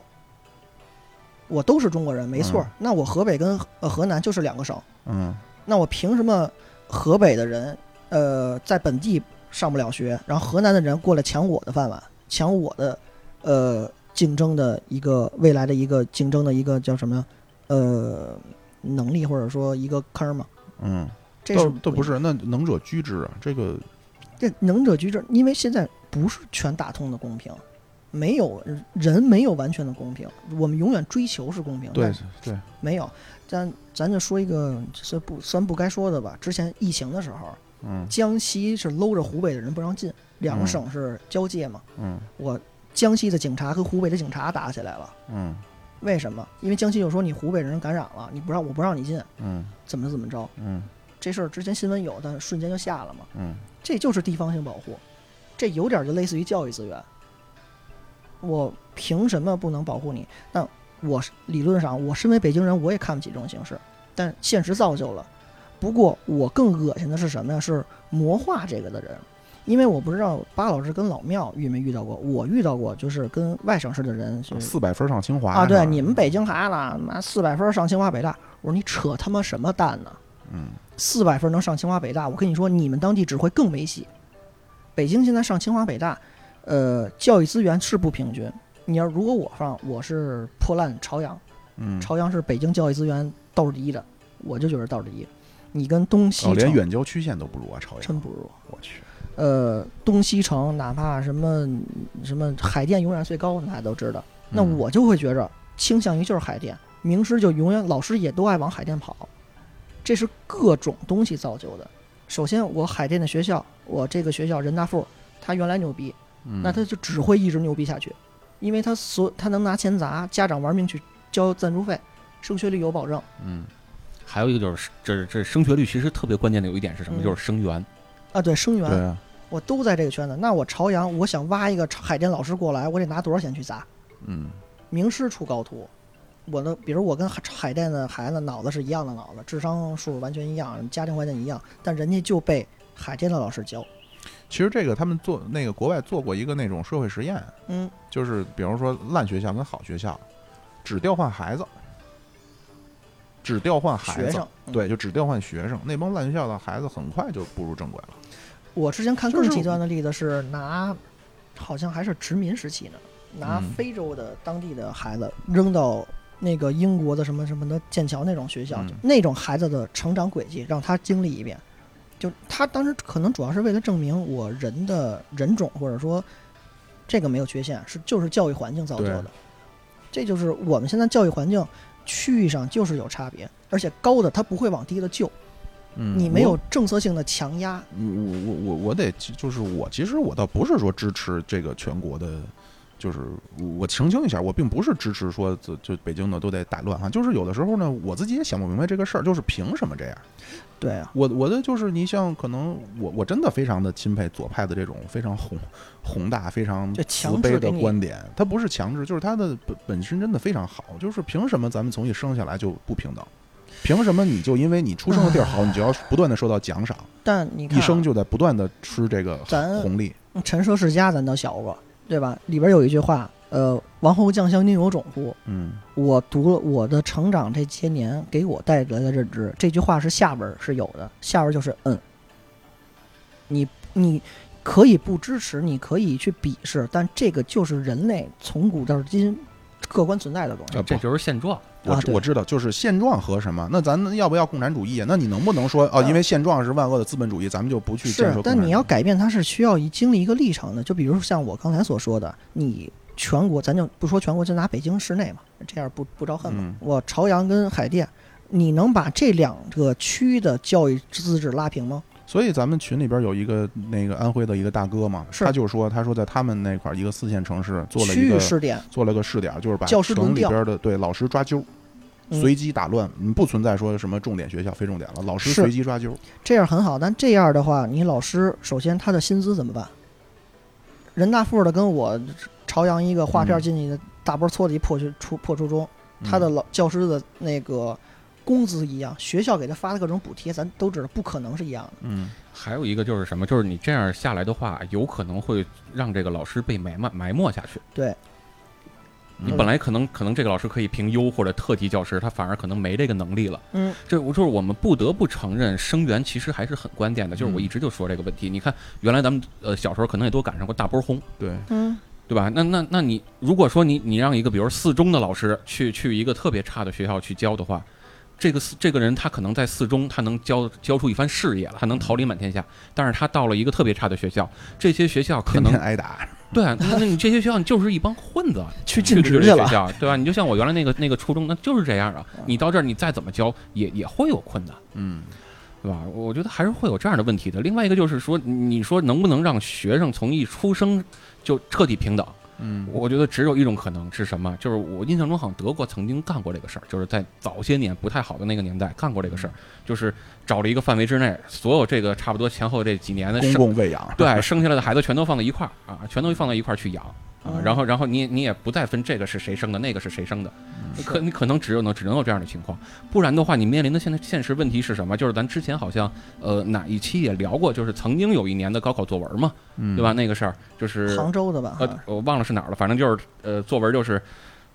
[SPEAKER 2] 我都是中国人，没错儿。那我河北跟呃河南就是两个省，
[SPEAKER 1] 嗯，
[SPEAKER 2] 那我凭什么河北的人呃在本地上不了学，然后河南的人过来抢我的饭碗，抢我的呃竞争的一个未来的一个竞争的一个叫什么呀呃能力或者说一个坑儿嘛？
[SPEAKER 1] 嗯，
[SPEAKER 2] 这
[SPEAKER 1] 倒
[SPEAKER 2] 是
[SPEAKER 1] 倒不是，那能者居之啊，这个
[SPEAKER 2] 这能者居之，因为现在不是全打通的公平。没有人没有完全的公平，我们永远追求是公平，
[SPEAKER 1] 对对，
[SPEAKER 2] 没有。咱咱就说一个虽不算不该说的吧，之前疫情的时候，
[SPEAKER 1] 嗯
[SPEAKER 2] 江西是搂着湖北的人不让进，两个
[SPEAKER 1] 嗯
[SPEAKER 2] 省是交界嘛。
[SPEAKER 1] 嗯
[SPEAKER 2] 我江西的警察和湖北的警察打起来了，
[SPEAKER 1] 嗯
[SPEAKER 2] 为什么？因为江西就说你湖北人感染了，你不让我不让你进，
[SPEAKER 1] 嗯
[SPEAKER 2] 怎么怎么着？
[SPEAKER 1] 嗯
[SPEAKER 2] 这事儿之前新闻有，但瞬间就下了嘛。
[SPEAKER 1] 嗯，
[SPEAKER 2] 这就是地方性保护，这有点就类似于教育资源。我凭什么不能保护你？但我是理论上，我身为北京人，我也看不起这种形式，但现实造就了。不过我更恶心的是什么呀？是魔化这个的人，因为我不知道巴老师跟老庙遇没遇到过，我遇到过，就是跟外省市的人就是
[SPEAKER 1] 四百分上清华
[SPEAKER 2] 啊，
[SPEAKER 1] 哦是
[SPEAKER 2] 对，
[SPEAKER 1] 吧嗯
[SPEAKER 2] 你们北京孩子，妈四百分上清华北大，我说你扯他妈什么蛋呢？
[SPEAKER 1] 嗯，
[SPEAKER 2] 四百分能上清华北大，我跟你说，你们当地只会更没戏。北京现在上清华北大，呃，教育资源是不平均。你要如果我上，我是破烂朝阳，
[SPEAKER 1] 嗯，
[SPEAKER 2] 朝阳是北京教育资源倒数第一的，我就觉得倒数第一。你跟东西
[SPEAKER 1] 哦，连
[SPEAKER 2] 城
[SPEAKER 1] 远郊区县都不如啊，朝阳，
[SPEAKER 2] 真不如，
[SPEAKER 1] 我去，
[SPEAKER 2] 呃，东西城哪怕什么什么海淀永远最高，大家都知道。那
[SPEAKER 1] 嗯
[SPEAKER 2] 我就会觉着倾向于就是海淀，名师就永远老师也都爱往海淀跑，这是各种东西造就的。首先，我海淀的学校，我这个学校人大附，他原来牛逼，
[SPEAKER 1] 嗯
[SPEAKER 2] 那他就只会一直牛逼下去，因为他所他能拿钱砸，家长玩命去交赞助费，升学率有保证
[SPEAKER 1] 嗯
[SPEAKER 3] 还有一个就是，这这升学率其实特别关键的有一点是什
[SPEAKER 2] 嗯
[SPEAKER 3] 么？就是生源。
[SPEAKER 2] 啊，对，生
[SPEAKER 1] 对
[SPEAKER 2] 源
[SPEAKER 1] 啊，
[SPEAKER 2] 我都在这个圈子。那我朝阳，我想挖一个海淀老师过来，我得拿多少钱去砸？
[SPEAKER 1] 嗯
[SPEAKER 2] 名师出高徒。我的，比如我跟海海淀的孩子脑子是一样的脑子，智商数完全一样，家庭环境一样，但人家就被海淀的老师教。
[SPEAKER 1] 其实这个他们做那个国外做过一个那种社会实验，
[SPEAKER 2] 嗯，
[SPEAKER 1] 就是比如说烂学校跟好学校，只调换孩子，只调换孩
[SPEAKER 2] 学
[SPEAKER 1] 子
[SPEAKER 2] 生，。嗯，
[SPEAKER 1] 对，就只调换学生。那帮烂学校的孩子很快就步入正轨了。
[SPEAKER 2] 我之前看
[SPEAKER 1] 就是
[SPEAKER 2] 更极端的例子是拿，好像还是殖民时期呢，拿
[SPEAKER 1] 嗯
[SPEAKER 2] 非洲的当地的孩子扔到那个英国的什么什么的剑桥那种学校，
[SPEAKER 1] 嗯
[SPEAKER 2] 就那种孩子的成长轨迹让他经历一遍。就他当时可能主要是为了证明我人的人种或者说这个没有缺陷，是就是教育环境造就的
[SPEAKER 1] 对。
[SPEAKER 2] 这就是我们现在教育环境区域上就是有差别，而且高的他不会往低的救，
[SPEAKER 1] 嗯
[SPEAKER 2] 你没有政策性的强压。
[SPEAKER 1] 我我我我得就是我，其实我倒不是说支持这个全国的，就是我我澄清一下，我并不是支持说就就北京的都得打乱哈，啊就是有的时候呢，我自己也想不明白这个事儿，就是凭什么这样？
[SPEAKER 2] 对啊，
[SPEAKER 1] 我我的就是你像可能我我真的非常的钦佩左派的这种非常宏宏大、非常
[SPEAKER 2] 就
[SPEAKER 1] 慈
[SPEAKER 2] 强
[SPEAKER 1] 悲
[SPEAKER 2] 制
[SPEAKER 1] 的
[SPEAKER 2] 给你
[SPEAKER 1] 观点，它不是强制，就是它的本本身真的非常好，就是凭什么咱们从一生下来就不平等？凭什么你就因为你出生的地儿好，你就要不断的受到奖赏？
[SPEAKER 2] 但你看
[SPEAKER 1] 一
[SPEAKER 2] 啊、
[SPEAKER 1] 生就在不断的吃这个
[SPEAKER 2] 咱
[SPEAKER 1] 红利。
[SPEAKER 2] 陈涉世家咱都学过，对吧？里边有一句话，呃，王侯将相宁有种乎？
[SPEAKER 1] 嗯
[SPEAKER 2] 我读了我的成长这些年给我带来的认知，这句话是下文是有的，下文就是嗯，你你可以不支持，你可以去鄙视，但这个就是人类从古到今客观存在的东西。
[SPEAKER 1] 啊
[SPEAKER 3] 这
[SPEAKER 1] 不
[SPEAKER 3] 就是现状。
[SPEAKER 1] 我
[SPEAKER 2] 哎啊
[SPEAKER 1] 知
[SPEAKER 2] 对
[SPEAKER 1] 我知道，就是现状和什么？那咱们要不要共产主义啊？那你能不能说哦，
[SPEAKER 2] 嗯
[SPEAKER 1] 因为现状是万恶的资本主义，咱们就不去建
[SPEAKER 2] 是
[SPEAKER 1] 设？，
[SPEAKER 2] 但你要，改变它是需要一经历一个历程的。就比如像我刚才所说的，你全国，咱就不说全国，就拿北京市内嘛，这样不不招恨嘛。
[SPEAKER 1] 嗯
[SPEAKER 2] 我朝阳跟海淀，你能把这两个区的教育资质拉平吗？
[SPEAKER 1] 所以咱们群里边有一个那个安徽的一个大哥嘛，
[SPEAKER 2] 是
[SPEAKER 1] 他就说，他说在他们那块儿一个四线城市做了
[SPEAKER 2] 区
[SPEAKER 1] 一
[SPEAKER 2] 域
[SPEAKER 1] 个
[SPEAKER 2] 试点，
[SPEAKER 1] 做了个试点，就是把
[SPEAKER 2] 教师
[SPEAKER 1] 城
[SPEAKER 2] 轮
[SPEAKER 1] 里
[SPEAKER 2] 调
[SPEAKER 1] 边的对老师抓阄，
[SPEAKER 2] 嗯
[SPEAKER 1] 随机打乱，嗯不存在说什么重点学校非重点了，老师
[SPEAKER 2] 是
[SPEAKER 1] 随机抓阄。
[SPEAKER 2] 这样很好。但这样的话，你老师首先他的薪资怎么办？人大附的跟我朝阳一个划片
[SPEAKER 1] 嗯
[SPEAKER 2] 进去的大波搓的一破学初破初中，他的
[SPEAKER 1] 嗯
[SPEAKER 2] 老教师的那个工资一样，学校给他发的各种补贴，咱都知道不可能是一样的。
[SPEAKER 1] 嗯
[SPEAKER 3] 还有一个就是什么？就是你这样下来的话，有可能会让这个老师被埋没埋没下去。
[SPEAKER 2] 对，
[SPEAKER 3] 你
[SPEAKER 1] 嗯
[SPEAKER 3] 本来可能可能这个老师可以评优或者特级教师，他反而可能没这个能力了。
[SPEAKER 2] 嗯，
[SPEAKER 3] 这我就是我们不得不承认，生源其实还是很关键的。就是我
[SPEAKER 2] 嗯
[SPEAKER 3] 一直就说这个问题，你看原来咱们呃小时候可能也都赶上过大波轰，
[SPEAKER 1] 对，
[SPEAKER 2] 嗯，
[SPEAKER 3] 对吧？那那那你如果说你你让一个比如四中的老师去去一个特别差的学校去教的话，这个四这个人他可能在四中他能教教出一番事业了，他能桃李满天下。但是他到了一个特别差的学校，这些学校可
[SPEAKER 1] 天
[SPEAKER 3] 能
[SPEAKER 1] 天挨打。
[SPEAKER 3] 对啊，那那你这些学校你就是一帮混子，啊
[SPEAKER 2] 去
[SPEAKER 3] 去
[SPEAKER 2] 尽职
[SPEAKER 3] 这
[SPEAKER 2] 去
[SPEAKER 3] 些学
[SPEAKER 2] 了。
[SPEAKER 3] 校，对吧？你就像我原来那个那个初中，那就是这样啊
[SPEAKER 2] 嗯。
[SPEAKER 3] 你到这儿你再怎么教也也会有困难。
[SPEAKER 1] 嗯，
[SPEAKER 3] 对吧？我觉得还是会有这样的问题的。另外一个就是说，你你说能不能让学生从一出生就彻底平等？
[SPEAKER 1] 嗯
[SPEAKER 3] 我觉得只有一种可能是什么？就是我印象中好像德国曾经干过这个事儿，就是在早些年不太好的那个年代干过这个事
[SPEAKER 1] 嗯
[SPEAKER 3] 儿，就是找了一个范围之内，所有这个差不多前后这几年的
[SPEAKER 1] 公
[SPEAKER 3] 生
[SPEAKER 1] 共喂养。
[SPEAKER 3] 对生下来的孩子全都放到一块儿啊，全都放到一块儿去养。
[SPEAKER 1] 嗯
[SPEAKER 3] 啊，然后然后你你也不再分这个是谁生的，那个是谁生的，
[SPEAKER 2] 是
[SPEAKER 3] 可你可能只有能只能有这样的情况，不然的话，你面临的现在现实问题是什么？就是咱之前好像呃哪一期也聊过，就是曾经有一年的高考作文嘛，
[SPEAKER 1] 嗯，
[SPEAKER 3] 对吧？？那个事儿就是
[SPEAKER 2] 嗯杭州的吧？好像
[SPEAKER 3] 呃我忘了是哪儿了，反正就是呃作文就是。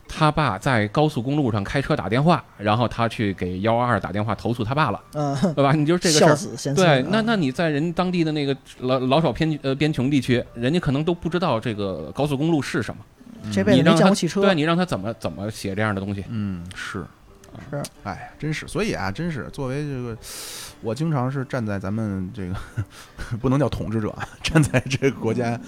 [SPEAKER 3] 他爸在高速公路上开车打电话，然后他去给幺二二打电话投诉他爸了，
[SPEAKER 2] 嗯，
[SPEAKER 3] 对吧？你呃就是这个事
[SPEAKER 2] 孝
[SPEAKER 3] 儿，
[SPEAKER 2] 子贤孙
[SPEAKER 3] 对
[SPEAKER 2] 啊，
[SPEAKER 3] 那那你在人当地的那个老老少偏呃边穷地区，人家可能都不知道这个高速公路是什么，
[SPEAKER 2] 嗯这辈
[SPEAKER 3] 你
[SPEAKER 2] 子
[SPEAKER 3] 让
[SPEAKER 2] 没见
[SPEAKER 3] 他
[SPEAKER 2] 过汽车，
[SPEAKER 3] 对你让他怎么怎么写这样的东西？
[SPEAKER 1] 嗯，是
[SPEAKER 2] 是，
[SPEAKER 1] 哎，真是，所以啊，真是作为这个，我经常是站在咱们这个 不能叫统治者啊，站在这个国家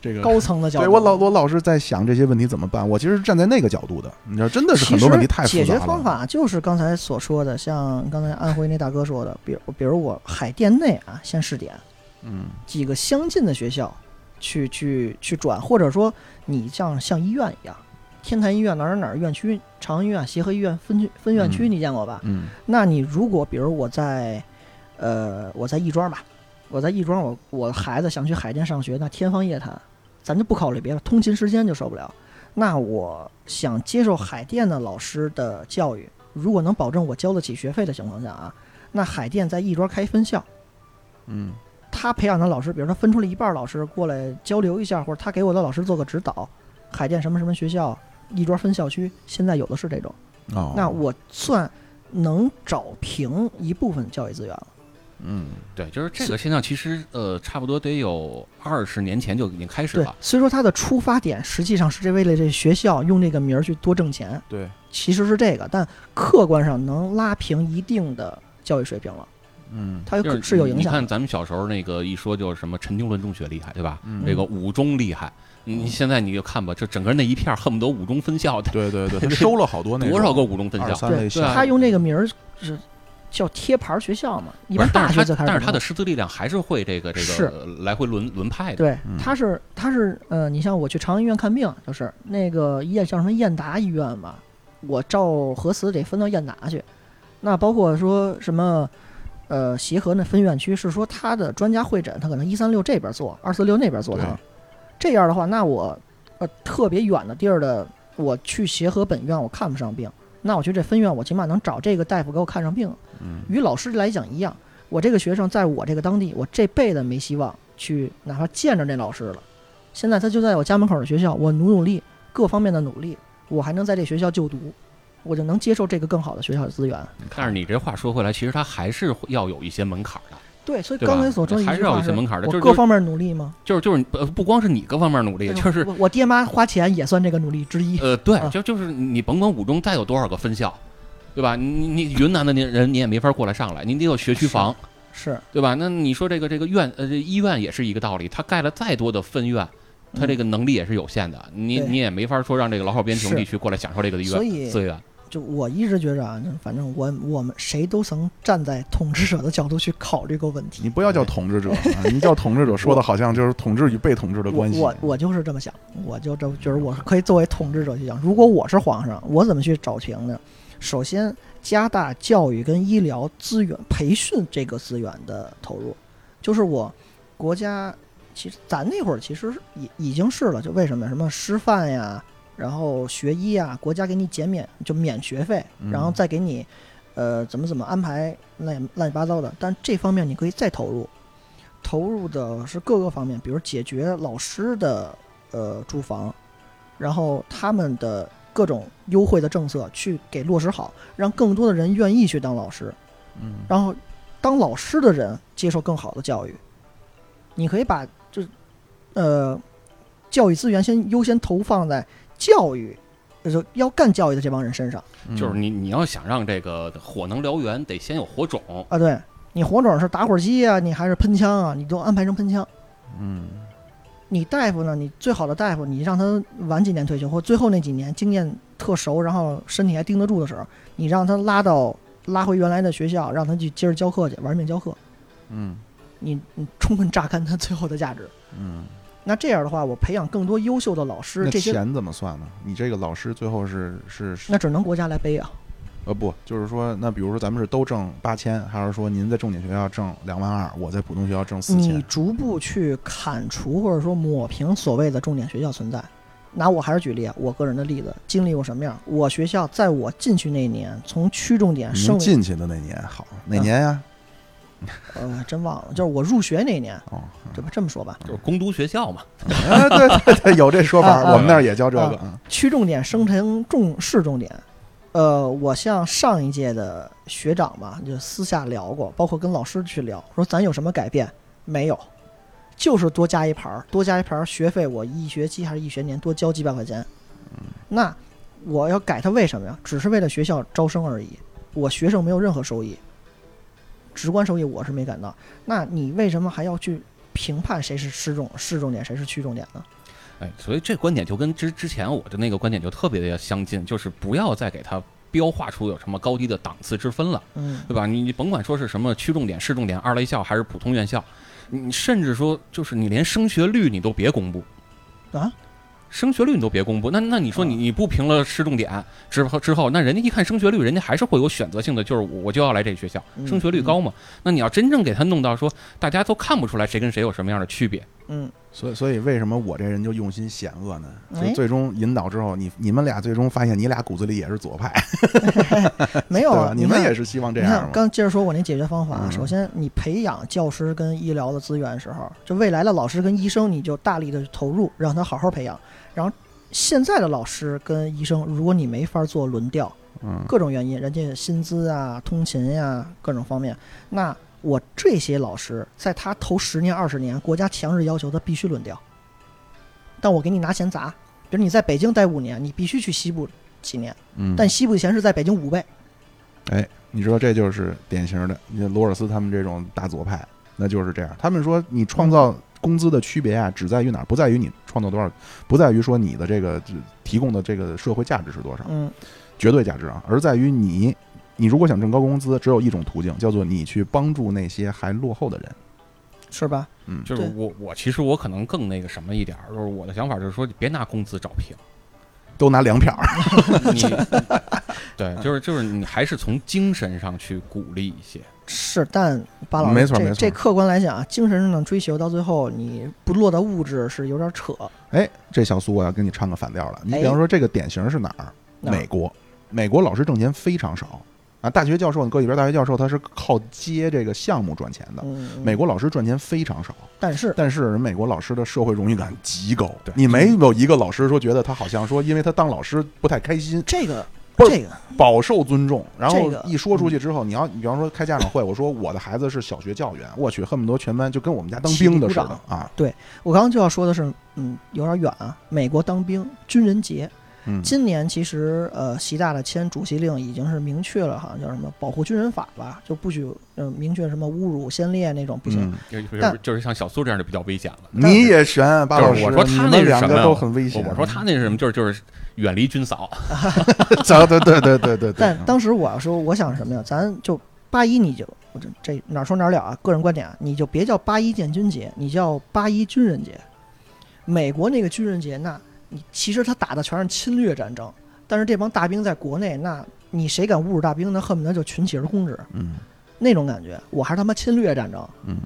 [SPEAKER 1] 这个
[SPEAKER 2] 高层的角
[SPEAKER 1] 对
[SPEAKER 2] 度。
[SPEAKER 1] 我老我老是在想这些问题怎么办。我其实是站在那个角度的，你知道，真的是很多问题太
[SPEAKER 2] 其
[SPEAKER 1] 复
[SPEAKER 2] 实
[SPEAKER 1] 杂
[SPEAKER 2] 解
[SPEAKER 1] 了。
[SPEAKER 2] 决方法就是刚才所说的，像刚才安徽那大哥说的，比如比如我海淀内啊，先试点
[SPEAKER 1] 嗯
[SPEAKER 2] 几个相近的学校去去去转，或者说你像像医院一样，天坛医院哪儿哪儿院区、长安医院、协和医院分区分院区，
[SPEAKER 1] 嗯
[SPEAKER 2] 你见过吧？
[SPEAKER 1] 嗯
[SPEAKER 2] 那你如果比如我在，呃，我在亦庄吧，我在亦庄，我我孩子想去海淀上学，那天方夜谭，咱就不考虑别的，通勤时间就受不了。那我想接受海淀的老师的教育，如果能保证我交得起学费的情况下啊，那海淀在亦庄开分校，
[SPEAKER 1] 嗯
[SPEAKER 2] 他培养的老师，比如他分出了一半老师过来交流一下，或者他给我的老师做个指导，海淀什么什么学校，亦庄分校区，现在有的是这种。
[SPEAKER 1] 哦，
[SPEAKER 2] 那我算能找平一部分教育资源了。
[SPEAKER 1] 嗯
[SPEAKER 3] 对，就是这个现象，其实呃，差不多得有二十年前就已经开始
[SPEAKER 2] 对
[SPEAKER 3] 了，，
[SPEAKER 2] 虽说它的出发点实际上是为了这学校用这个名儿去多挣钱，
[SPEAKER 1] 对
[SPEAKER 2] 其实是这个，但客观上能拉平一定的教育水平了，
[SPEAKER 1] 嗯
[SPEAKER 2] 它有
[SPEAKER 3] 就
[SPEAKER 2] 可
[SPEAKER 3] 是
[SPEAKER 2] 是有影
[SPEAKER 3] 你
[SPEAKER 2] 响
[SPEAKER 3] 看咱们小时候那个一说就是什么陈经纶中学厉害，对吧？
[SPEAKER 1] 嗯哦
[SPEAKER 3] 这个五中厉害，你现在你就看吧，就整个那一片儿恨不得五中分校的，
[SPEAKER 1] 对对对，他收了好多那种
[SPEAKER 3] 多少个五中分
[SPEAKER 1] 二
[SPEAKER 3] 校？
[SPEAKER 1] 三类
[SPEAKER 2] 对
[SPEAKER 1] 校，
[SPEAKER 3] 对啊
[SPEAKER 2] 他用这个名儿是叫贴牌儿学校嘛，一
[SPEAKER 3] 不
[SPEAKER 2] 般
[SPEAKER 3] 是，
[SPEAKER 2] 大
[SPEAKER 3] 但
[SPEAKER 2] 学才
[SPEAKER 3] 是他
[SPEAKER 2] 开始弄。
[SPEAKER 3] 但是他的师资力量还是会这个这
[SPEAKER 2] 是
[SPEAKER 3] 个呃来回轮轮派的。
[SPEAKER 2] 对
[SPEAKER 1] 嗯，
[SPEAKER 2] 他是他是呃，你像我去长安医院看病，就是那个医院叫什么燕达医院吧，我照核磁得分到燕达去。那包括说什么呃协和那分院区是说他的专家会诊，他可能一三六这边做，二四六那边做
[SPEAKER 1] 对
[SPEAKER 2] 他。这样的话，那我呃特别远的地儿的，我去协和本院我看不上病，那我去这分院，我起码能找这个大夫给我看上病。
[SPEAKER 1] 嗯
[SPEAKER 2] 与老师来讲一样，我这个学生在我这个当地，我这辈子没希望去哪怕见着这老师了。现在他就在我家门口的学校，我努努力，各方面的努力，我还能在这学校就读，我就能接受这个更好的学校的资源。
[SPEAKER 3] 但是你这话说回来，其实他还是会要有一些门槛儿的，
[SPEAKER 2] 对，所以
[SPEAKER 3] 对吧
[SPEAKER 2] 刚才所说的
[SPEAKER 3] 还
[SPEAKER 2] 一
[SPEAKER 3] 是
[SPEAKER 2] 句
[SPEAKER 3] 要有
[SPEAKER 2] 话
[SPEAKER 3] 一些门槛儿的
[SPEAKER 2] 我
[SPEAKER 3] 就是
[SPEAKER 2] 各方面努力吗？
[SPEAKER 3] 就是就是呃不光是你各方面努力，就是
[SPEAKER 2] 我我爹妈花钱也算这个努力之一。
[SPEAKER 3] 呃，对
[SPEAKER 2] 啊，
[SPEAKER 3] 就就是你甭管五中再有多少个分校，对吧？你你你云南的那人你也没法过来上来，你得有学区房，
[SPEAKER 2] 是，
[SPEAKER 3] 对吧？那你说这个这个院呃这医院也是一个道理，他盖了再多的分院，他这
[SPEAKER 2] 嗯
[SPEAKER 3] 个能力也是有限的，你
[SPEAKER 2] 对
[SPEAKER 3] 你也没法说让这个老少边穷
[SPEAKER 2] 是
[SPEAKER 3] 地区过来享受这个医
[SPEAKER 2] 所以
[SPEAKER 3] 院资源。
[SPEAKER 2] 就我一直觉着啊，反正我我们谁都曾站在统治者的角度去考虑过问
[SPEAKER 1] 你
[SPEAKER 2] 题。
[SPEAKER 1] 不要叫统治者，啊你叫统治者说的好像就是统治与被统治的
[SPEAKER 2] 我
[SPEAKER 1] 关系。
[SPEAKER 2] 我我就是这么想，我就这么觉得我可以作为统治者去想，如果我是皇上，我怎么去找平呢？首先加大教育跟医疗资源培训这个资源的投入，就是我国家其实咱那会儿其实已已经是了，就为什么呀什么师范呀，然后学医啊，国家给你减免就免学费，然
[SPEAKER 1] 嗯
[SPEAKER 2] 后再给你呃怎么怎么安排乱乱七八糟的，但这方面你可以再投入，投入的是各个方面，比如解决老师的呃住房，然后他们的各种优惠的政策去给落实好，让更多的人愿意去当老师，
[SPEAKER 1] 嗯
[SPEAKER 2] 然后当老师的人接受更好的教育。你可以把这呃教育资源先优先投放在教育，就是要干教育的这帮人身上
[SPEAKER 1] 嗯
[SPEAKER 3] 就是你你要想让这个火能燎原，得先有火种。
[SPEAKER 2] 啊。对你火种是打火机啊，你还是喷枪啊，你都安排成喷枪。
[SPEAKER 1] 嗯
[SPEAKER 2] 你大夫呢？你最好的大夫，你让他晚几年退休，或最后那几年经验特熟，然后身体还盯得住的时候，你让他拉到拉回原来的学校，让他去接着教课去，玩命教课，
[SPEAKER 1] 嗯
[SPEAKER 2] 你你充分榨干他最后的价值。
[SPEAKER 1] 嗯，
[SPEAKER 2] 那这样的话，我培养更多优秀的老师
[SPEAKER 1] 那，
[SPEAKER 2] 这些
[SPEAKER 1] 钱怎么算呢？你这个老师最后是是是
[SPEAKER 2] 那只能国家来背啊。
[SPEAKER 1] 呃不，就是说，那比如说咱们是都挣八千，还是说您在重点学校挣两万二，我在普通学校挣四
[SPEAKER 2] 你
[SPEAKER 1] 千？
[SPEAKER 2] 逐步去砍除或者说抹平所谓的重点学校存在，拿我还是举例啊，我个人的例子，经历过什么样？我学校在我进去那年，从区重点升
[SPEAKER 1] 您
[SPEAKER 2] 为
[SPEAKER 1] 进去的那年好哪
[SPEAKER 2] 嗯
[SPEAKER 1] 年呀？
[SPEAKER 2] 呃，真忘了，就是我入学那年，
[SPEAKER 1] 哦，
[SPEAKER 2] 这么这么说吧，
[SPEAKER 3] 就是攻读学校嘛，
[SPEAKER 1] 哎对对对，有这说
[SPEAKER 2] 啊
[SPEAKER 1] 法，
[SPEAKER 2] 啊
[SPEAKER 1] 我们那儿也教这个啊。
[SPEAKER 2] 区重点升成重市重点。呃，我向上一届的学长吧，就私下聊过，包括跟老师去聊，说咱有什么改变没有？就是多加一盘儿，多加一盘儿学费，我一学期还是一学年多交几百块钱。那我要改它为什么呀？只是为了学校招生而已，我学生没有任何收益，直观收益我是没感到。那你为什么还要去评判谁是市重市重点，谁是区重点呢？
[SPEAKER 3] 哎，所以这观点就跟之之前我的那个观点就特别的相近，就是不要再给它标画出有什么高低的档次之分了。
[SPEAKER 2] 嗯，
[SPEAKER 3] 对吧？你你甭管说是什么区重点、市重点、二类校还是普通院校，你你甚至说就是你连升学率你都别公布
[SPEAKER 2] 啊，
[SPEAKER 3] 升学率你都别公布。那那你说你
[SPEAKER 2] 啊
[SPEAKER 3] 你不评了市重点之后之后，那人家一看升学率，人家还是会有选择性的，就是我我就要来这个学校，
[SPEAKER 2] 嗯
[SPEAKER 3] 升学率高嘛。那你要真正给他弄到说大家都看不出来谁跟谁有什么样的区别，
[SPEAKER 2] 嗯，
[SPEAKER 1] 所以，所以为什么我这人就用心险恶呢？就
[SPEAKER 2] 哎
[SPEAKER 1] 最终引导之后，你你们俩最终发现，你俩骨子里也是左派，
[SPEAKER 2] 没有
[SPEAKER 1] 对
[SPEAKER 2] 啊
[SPEAKER 1] 吧？，你们
[SPEAKER 2] 看
[SPEAKER 1] 也是希望这
[SPEAKER 2] 你
[SPEAKER 1] 样
[SPEAKER 2] 看，
[SPEAKER 1] 吗？
[SPEAKER 2] 刚接着说我那解决方法啊，
[SPEAKER 1] 嗯
[SPEAKER 2] 首先你培养教师跟医疗的资源时候，就未来的老师跟医生，你就大力的投入，让他好好培养。然后现在的老师跟医生，如果你没法做轮调，
[SPEAKER 1] 嗯，
[SPEAKER 2] 各种原因，人家薪资啊、通勤呀、各种方面，那我这些老师在他头十年、二十年，国家强制要求他必须轮调，但我给你拿钱砸，比如你在北京待五年，你必须去西部几年，
[SPEAKER 1] 嗯
[SPEAKER 2] 但西部的钱是在北京五倍。
[SPEAKER 1] 你知道这就是典型的，啊你看罗尔斯他们这种大左派，那就是这样。他们说你创造工资的区别啊，只在于哪儿？不啊在于你创造多少，不在于说你的这个这提供的这个社会价值是多少，
[SPEAKER 2] 嗯
[SPEAKER 1] 绝对价值啊，而在于你，你如果想挣高工资，只有一种途径，叫做你去帮助那些还落后的人。，
[SPEAKER 2] 是吧？
[SPEAKER 1] 嗯，
[SPEAKER 3] 就是
[SPEAKER 2] 对
[SPEAKER 3] 我我其实我可能更那个什么一点儿，就是我的想法就是说，你别拿工资找 平。
[SPEAKER 1] 都拿粮票儿。
[SPEAKER 3] 你对，就是就是你还是从精神上去鼓励一些。
[SPEAKER 2] 是，但巴老师，
[SPEAKER 1] 没错
[SPEAKER 2] 这
[SPEAKER 1] 没错
[SPEAKER 2] 这客观来讲啊，精神上的追求到最后，你不落到物质是有点扯。
[SPEAKER 1] 哎，这小苏我要跟你唱个反调了。你比方说这个典型是哪儿？
[SPEAKER 2] 那
[SPEAKER 1] 美国，美国老师挣钱非常少啊。大学教授，你搁一边，大学教授他是靠接这个项目赚钱的。
[SPEAKER 2] 嗯，
[SPEAKER 1] 美
[SPEAKER 2] 国，
[SPEAKER 1] 国老师赚钱非常少，
[SPEAKER 2] 但是
[SPEAKER 1] 但是美国老师的社会荣誉感极高。
[SPEAKER 3] 对
[SPEAKER 1] 你没有一个老师说觉得他好像说，因为他当老师不太开心，
[SPEAKER 2] 这个
[SPEAKER 1] 不是
[SPEAKER 2] 这个
[SPEAKER 1] 饱受尊重。然后
[SPEAKER 2] 这个嗯
[SPEAKER 1] 一说出去之后，你要你比方说开家长会，我说我的孩子是小学教 员，我去，恨不得全班就跟我们家当兵的似
[SPEAKER 2] 起立
[SPEAKER 1] 的啊。
[SPEAKER 2] 我刚刚就要说的是，嗯，有点远啊。美国当兵军人节，
[SPEAKER 1] 嗯，
[SPEAKER 2] 今年其实呃，习大大签主席令已经是明确了，好像叫什么保护军人法吧，就不许嗯、呃明确什么侮辱先烈那种不行。
[SPEAKER 1] 嗯
[SPEAKER 3] 就就
[SPEAKER 2] 但
[SPEAKER 3] 是就是像小苏这样就比较危险了。
[SPEAKER 2] 但
[SPEAKER 1] 你也悬，巴老
[SPEAKER 3] 就是
[SPEAKER 1] 师，
[SPEAKER 3] 我说他
[SPEAKER 1] 你
[SPEAKER 3] 那
[SPEAKER 1] 们
[SPEAKER 3] 是
[SPEAKER 1] 两
[SPEAKER 3] 什么
[SPEAKER 1] 个
[SPEAKER 3] 呀
[SPEAKER 1] 都很危险。
[SPEAKER 3] 我我说
[SPEAKER 2] 啊
[SPEAKER 3] 他那是什么？就是就是远离军嫂，
[SPEAKER 1] 他，对对对对 嗯对对。
[SPEAKER 2] 但当时我要说，我想什么呀？咱就八一你就我这这哪儿说哪儿了啊？个人观点啊，你就别叫八一建军节，你叫八一军人节。美国那个军人节，那你其实他打的全是侵略战争，但是这帮大兵在国内，那你谁敢侮辱大兵呢？恨不得就群起而攻之
[SPEAKER 1] 嗯
[SPEAKER 2] 那种感觉。我还是他妈侵略战争，
[SPEAKER 1] 嗯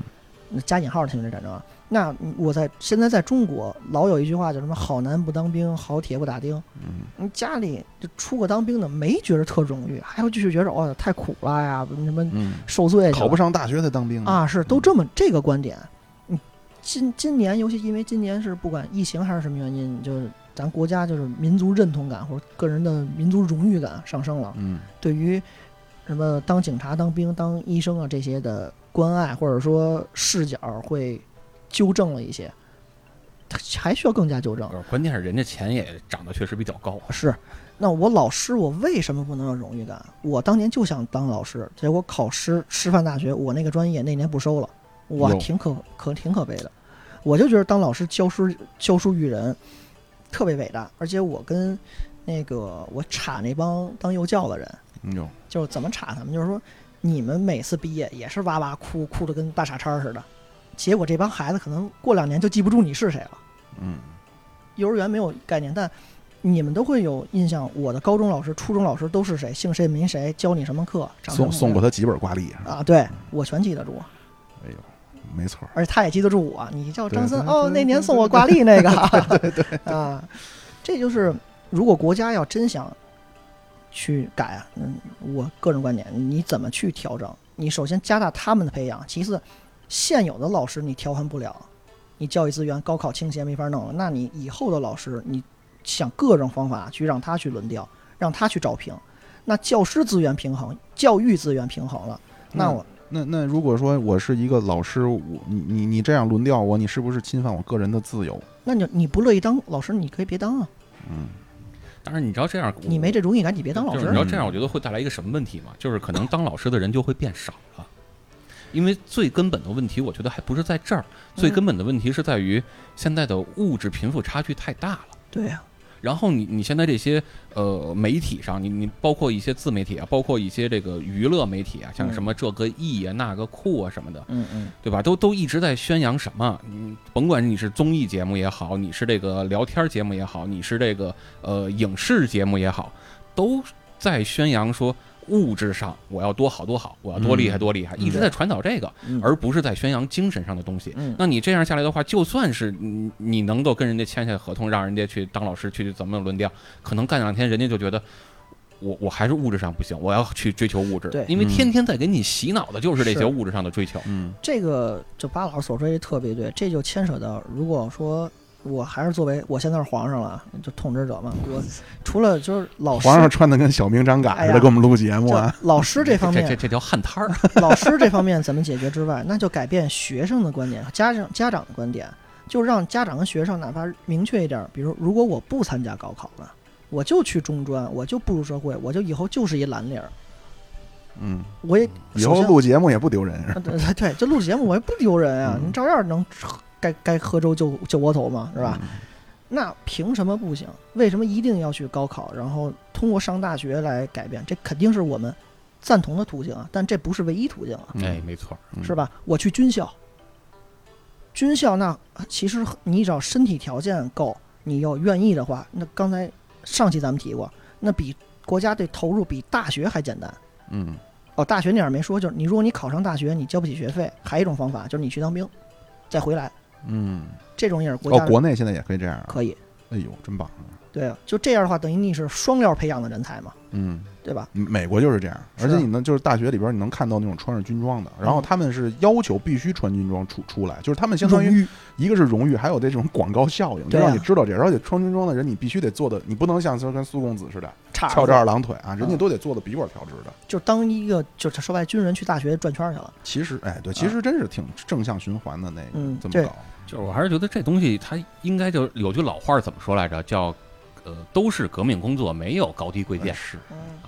[SPEAKER 2] 加引号的侵略战争啊。那我在现在在中国，老有一句话叫什么“好男不当兵，好铁不打钉”。
[SPEAKER 1] 嗯，
[SPEAKER 2] 你家里就出过当兵的，没觉得特荣誉，还有就是觉着哦太苦了呀，什么
[SPEAKER 1] 嗯，
[SPEAKER 2] 受罪去了
[SPEAKER 1] 考不上嗯大学才当兵呢
[SPEAKER 2] 啊，是都这么这个观点。嗯今今年，尤其因为今年是不管疫情还是什么原因，就是咱国家就是民族认同感或者个人的民族荣誉感上升了，
[SPEAKER 1] 嗯
[SPEAKER 2] 对于什么当警察、当兵、当医生啊这些的关爱或者说视角会纠正了一些，还需要更加纠正。
[SPEAKER 3] 呃关键是人家钱也涨得确实比较高。
[SPEAKER 2] 是，那我老师我为什么不能有荣誉感？啊我当年就想当老师，结果考师师范大学我那个专业那年不收了，我
[SPEAKER 1] 哟
[SPEAKER 2] 挺可可挺可悲的。我就觉得当老师教书教书育人特别伟大，而且我跟那个我查那帮当幼教的人，
[SPEAKER 1] 嗯有
[SPEAKER 2] 就是怎么查他们，就是说你们每次毕业也是哇哇哭，哭的跟大傻叉儿似的，结果这帮孩子可能过两年就记不住你是谁了。
[SPEAKER 1] 嗯
[SPEAKER 2] 幼儿园没有概念，但你们都会有印象。我的高中老师、初中老师都是谁，姓谁名谁，教你什么课，长什
[SPEAKER 1] 送
[SPEAKER 2] 么
[SPEAKER 1] 送过
[SPEAKER 2] 样
[SPEAKER 1] 他几本挂历，
[SPEAKER 2] 啊？对我全记得住，
[SPEAKER 1] 没错。
[SPEAKER 2] 而且他也记得住我。你叫张森
[SPEAKER 1] 对对
[SPEAKER 2] 哦，
[SPEAKER 1] 对
[SPEAKER 2] 那年送我挂历那个，对对啊，这就是如果国家要真想去改啊，嗯，我个人观点，你怎么去调整？你首先加大他们的培养，其次现有的老师你调换不了，你教育资源高考倾斜没法弄了，那你以后的老师你想各种方法去让他去轮调，让他去招聘，那教师资源平衡，教育资源平衡了，那我
[SPEAKER 1] 那那如果说我是一个老师，我你你你这样轮调我，你是不是侵犯我个人的自由？
[SPEAKER 2] 那你你不乐意当老师，你可以别当啊，
[SPEAKER 1] 嗯，
[SPEAKER 3] 当然，你知道这样，
[SPEAKER 2] 你没这荣誉感，你别当老
[SPEAKER 3] 就是
[SPEAKER 2] 师嗯
[SPEAKER 3] 你知。道这样，我觉得会带来一个什么问题吗？就是可能当老师的人就会变少了，因为最根本的问题，我觉得还不是在这儿，最
[SPEAKER 2] 嗯
[SPEAKER 3] 根本的问题是在于现在的物质贫富差距太大了。
[SPEAKER 2] 对啊呀、
[SPEAKER 3] 然后你你现在这些呃媒体上，你你包括一些自媒体啊，包括一些这个娱乐媒体啊，像
[SPEAKER 2] 嗯
[SPEAKER 3] 什么这个 E 啊、那个酷啊什么的，
[SPEAKER 2] 嗯嗯，
[SPEAKER 3] 对吧？都都一直在宣扬什么？嗯，甭管你是综艺节目也好，你是这个聊天节目也好，你是这个呃影视节目也好，都在宣扬说物质上我要多好多好，我要多厉害
[SPEAKER 1] 嗯
[SPEAKER 3] 多厉害，
[SPEAKER 2] 嗯
[SPEAKER 3] 一直在传导这个，
[SPEAKER 2] 嗯
[SPEAKER 3] 而不是在宣扬精神上的东西。
[SPEAKER 2] 嗯
[SPEAKER 3] 那你这样下来的话，就算是你你能够跟人家签下合同，让人家去当老师去怎么轮调，可能干两天人家就觉得。我我还是物质上不行，我要去追求物质，
[SPEAKER 2] 对
[SPEAKER 3] 因为
[SPEAKER 1] 嗯
[SPEAKER 3] 天天在给你洗脑的就是这些
[SPEAKER 2] 是
[SPEAKER 3] 物质上的追求。
[SPEAKER 1] 嗯
[SPEAKER 2] 这个就巴老师所说的特别对，这就牵扯到，如果说我还是作为我现在是皇上了，就统治者嘛， 我除了就是老师，
[SPEAKER 1] 皇上穿的跟小兵张嘎似
[SPEAKER 2] 哎
[SPEAKER 1] 的，
[SPEAKER 2] 呀
[SPEAKER 1] 给我们录节目啊
[SPEAKER 2] 就。老师这方
[SPEAKER 3] 这这
[SPEAKER 2] 面，
[SPEAKER 3] 这叫旱摊儿。
[SPEAKER 2] 老师这方面怎么解决之外，那就改变学生的观点，家长家长的观点，就让家长跟学生哪怕明确一点，比如如果我不参加高考了，我就去中专，我就步入社会，我就以后就是一蓝领儿，
[SPEAKER 1] 嗯，
[SPEAKER 2] 我也
[SPEAKER 1] 以后
[SPEAKER 2] 首先
[SPEAKER 1] 录节目也不丢人。
[SPEAKER 2] 啊 对对对，这录节目我也不丢人啊，
[SPEAKER 1] 嗯
[SPEAKER 2] 你照样能喝该该喝粥就就窝头嘛，是吧？
[SPEAKER 1] 嗯
[SPEAKER 2] 那凭什么不行？为什么一定要去高考，然后通过上大学来改变？这肯定是我们赞同的途径啊，但这不是唯一途径啊，
[SPEAKER 1] 嗯
[SPEAKER 3] 哎，没错儿，
[SPEAKER 1] 嗯
[SPEAKER 2] 是吧？我去军校，军校那其实你只要身体条件够，你要愿意的话，那刚才上期咱们提过，那比国家对投入比大学还简单。
[SPEAKER 1] 嗯
[SPEAKER 2] 哦，大学那点儿没说，就是你如果你考上大学，你交不起学费，还有一种方法就是你去当兵，再回来，
[SPEAKER 1] 嗯，
[SPEAKER 2] 这种也是国
[SPEAKER 1] 哦
[SPEAKER 2] 家，
[SPEAKER 1] 国内现在也可以这样啊。
[SPEAKER 2] 可以。
[SPEAKER 1] 哎呦，真棒！
[SPEAKER 2] 对，就这样的话，等于你是双料培养的人才嘛，
[SPEAKER 1] 嗯，
[SPEAKER 2] 对吧？
[SPEAKER 1] 美国就是这样，
[SPEAKER 2] 是啊嗯
[SPEAKER 1] 而且你能就是大学里边你能看到那种穿着军装的，然后他们是要求必须穿军装出出来，就是他们相当于
[SPEAKER 2] 荣誉
[SPEAKER 1] 一个是荣誉，还有这种广告效应，就
[SPEAKER 2] 对啊
[SPEAKER 1] 让你知道这。而且穿军装的人，你必须得做的，你不能像说跟苏公子似的
[SPEAKER 2] 差
[SPEAKER 1] 翘着
[SPEAKER 2] 这
[SPEAKER 1] 二郎腿啊，人家都得做的笔管调直的。
[SPEAKER 2] 就当一个就是说白了，军人去大学转圈儿去了。
[SPEAKER 1] 其实，哎，对，其实真是挺正向循环的那个
[SPEAKER 2] 嗯，
[SPEAKER 1] 这么
[SPEAKER 2] 对
[SPEAKER 1] 搞。
[SPEAKER 3] 就是我还是觉得这东西它应该就有句老话儿怎么说来着？叫呃，都是革命工作，没有高低贵贱。
[SPEAKER 1] 是，
[SPEAKER 2] 嗯，
[SPEAKER 3] 啊，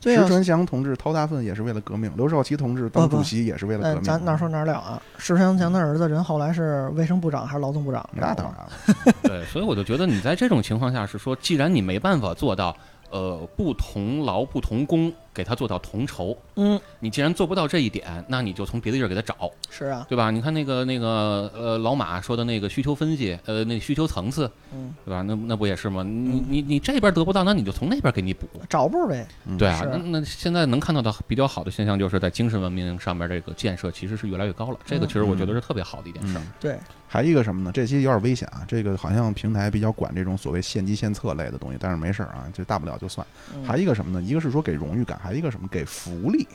[SPEAKER 2] 对
[SPEAKER 1] 石
[SPEAKER 2] 啊，
[SPEAKER 1] 纯祥同志掏大粪也是为了革命，刘少奇同志当主席也是为了革
[SPEAKER 2] 嗯，
[SPEAKER 1] 命。
[SPEAKER 2] 咱哪说哪儿了啊？石祥强的儿子人后来是卫生部长还是劳动部长？
[SPEAKER 1] 那当然了，
[SPEAKER 3] 对，所以我就觉得你在这种情况下是说，既然你没办法做到呃不同劳不同工，给他做到同酬，
[SPEAKER 2] 嗯，
[SPEAKER 3] 你既然做不到这一点，那你就从别的地儿给他找，
[SPEAKER 2] 是啊，
[SPEAKER 3] 对吧？你看那个那个呃老马说的那个需求分析，呃那个需求层次，
[SPEAKER 2] 嗯，
[SPEAKER 3] 对吧？那那不也是吗？你
[SPEAKER 2] 嗯
[SPEAKER 3] 你你这边得不到，那你就从那边给你补。
[SPEAKER 2] 找补呗。
[SPEAKER 1] 嗯
[SPEAKER 3] 对啊，
[SPEAKER 2] 是
[SPEAKER 3] 那那现在能看到的比较好的现象，就是在精神文明上面这个建设其实是越来越高了。这个其实我觉得是特别好的一件事儿。
[SPEAKER 1] 嗯
[SPEAKER 2] 对，
[SPEAKER 1] 还一个什么呢？这期有点危险啊，这个好像平台比较管这种所谓献计献策类的东西，但是没事儿啊，这大不了就算。
[SPEAKER 2] 嗯
[SPEAKER 1] 还一个什么呢？一个是说给荣誉感，还一个什么给福利。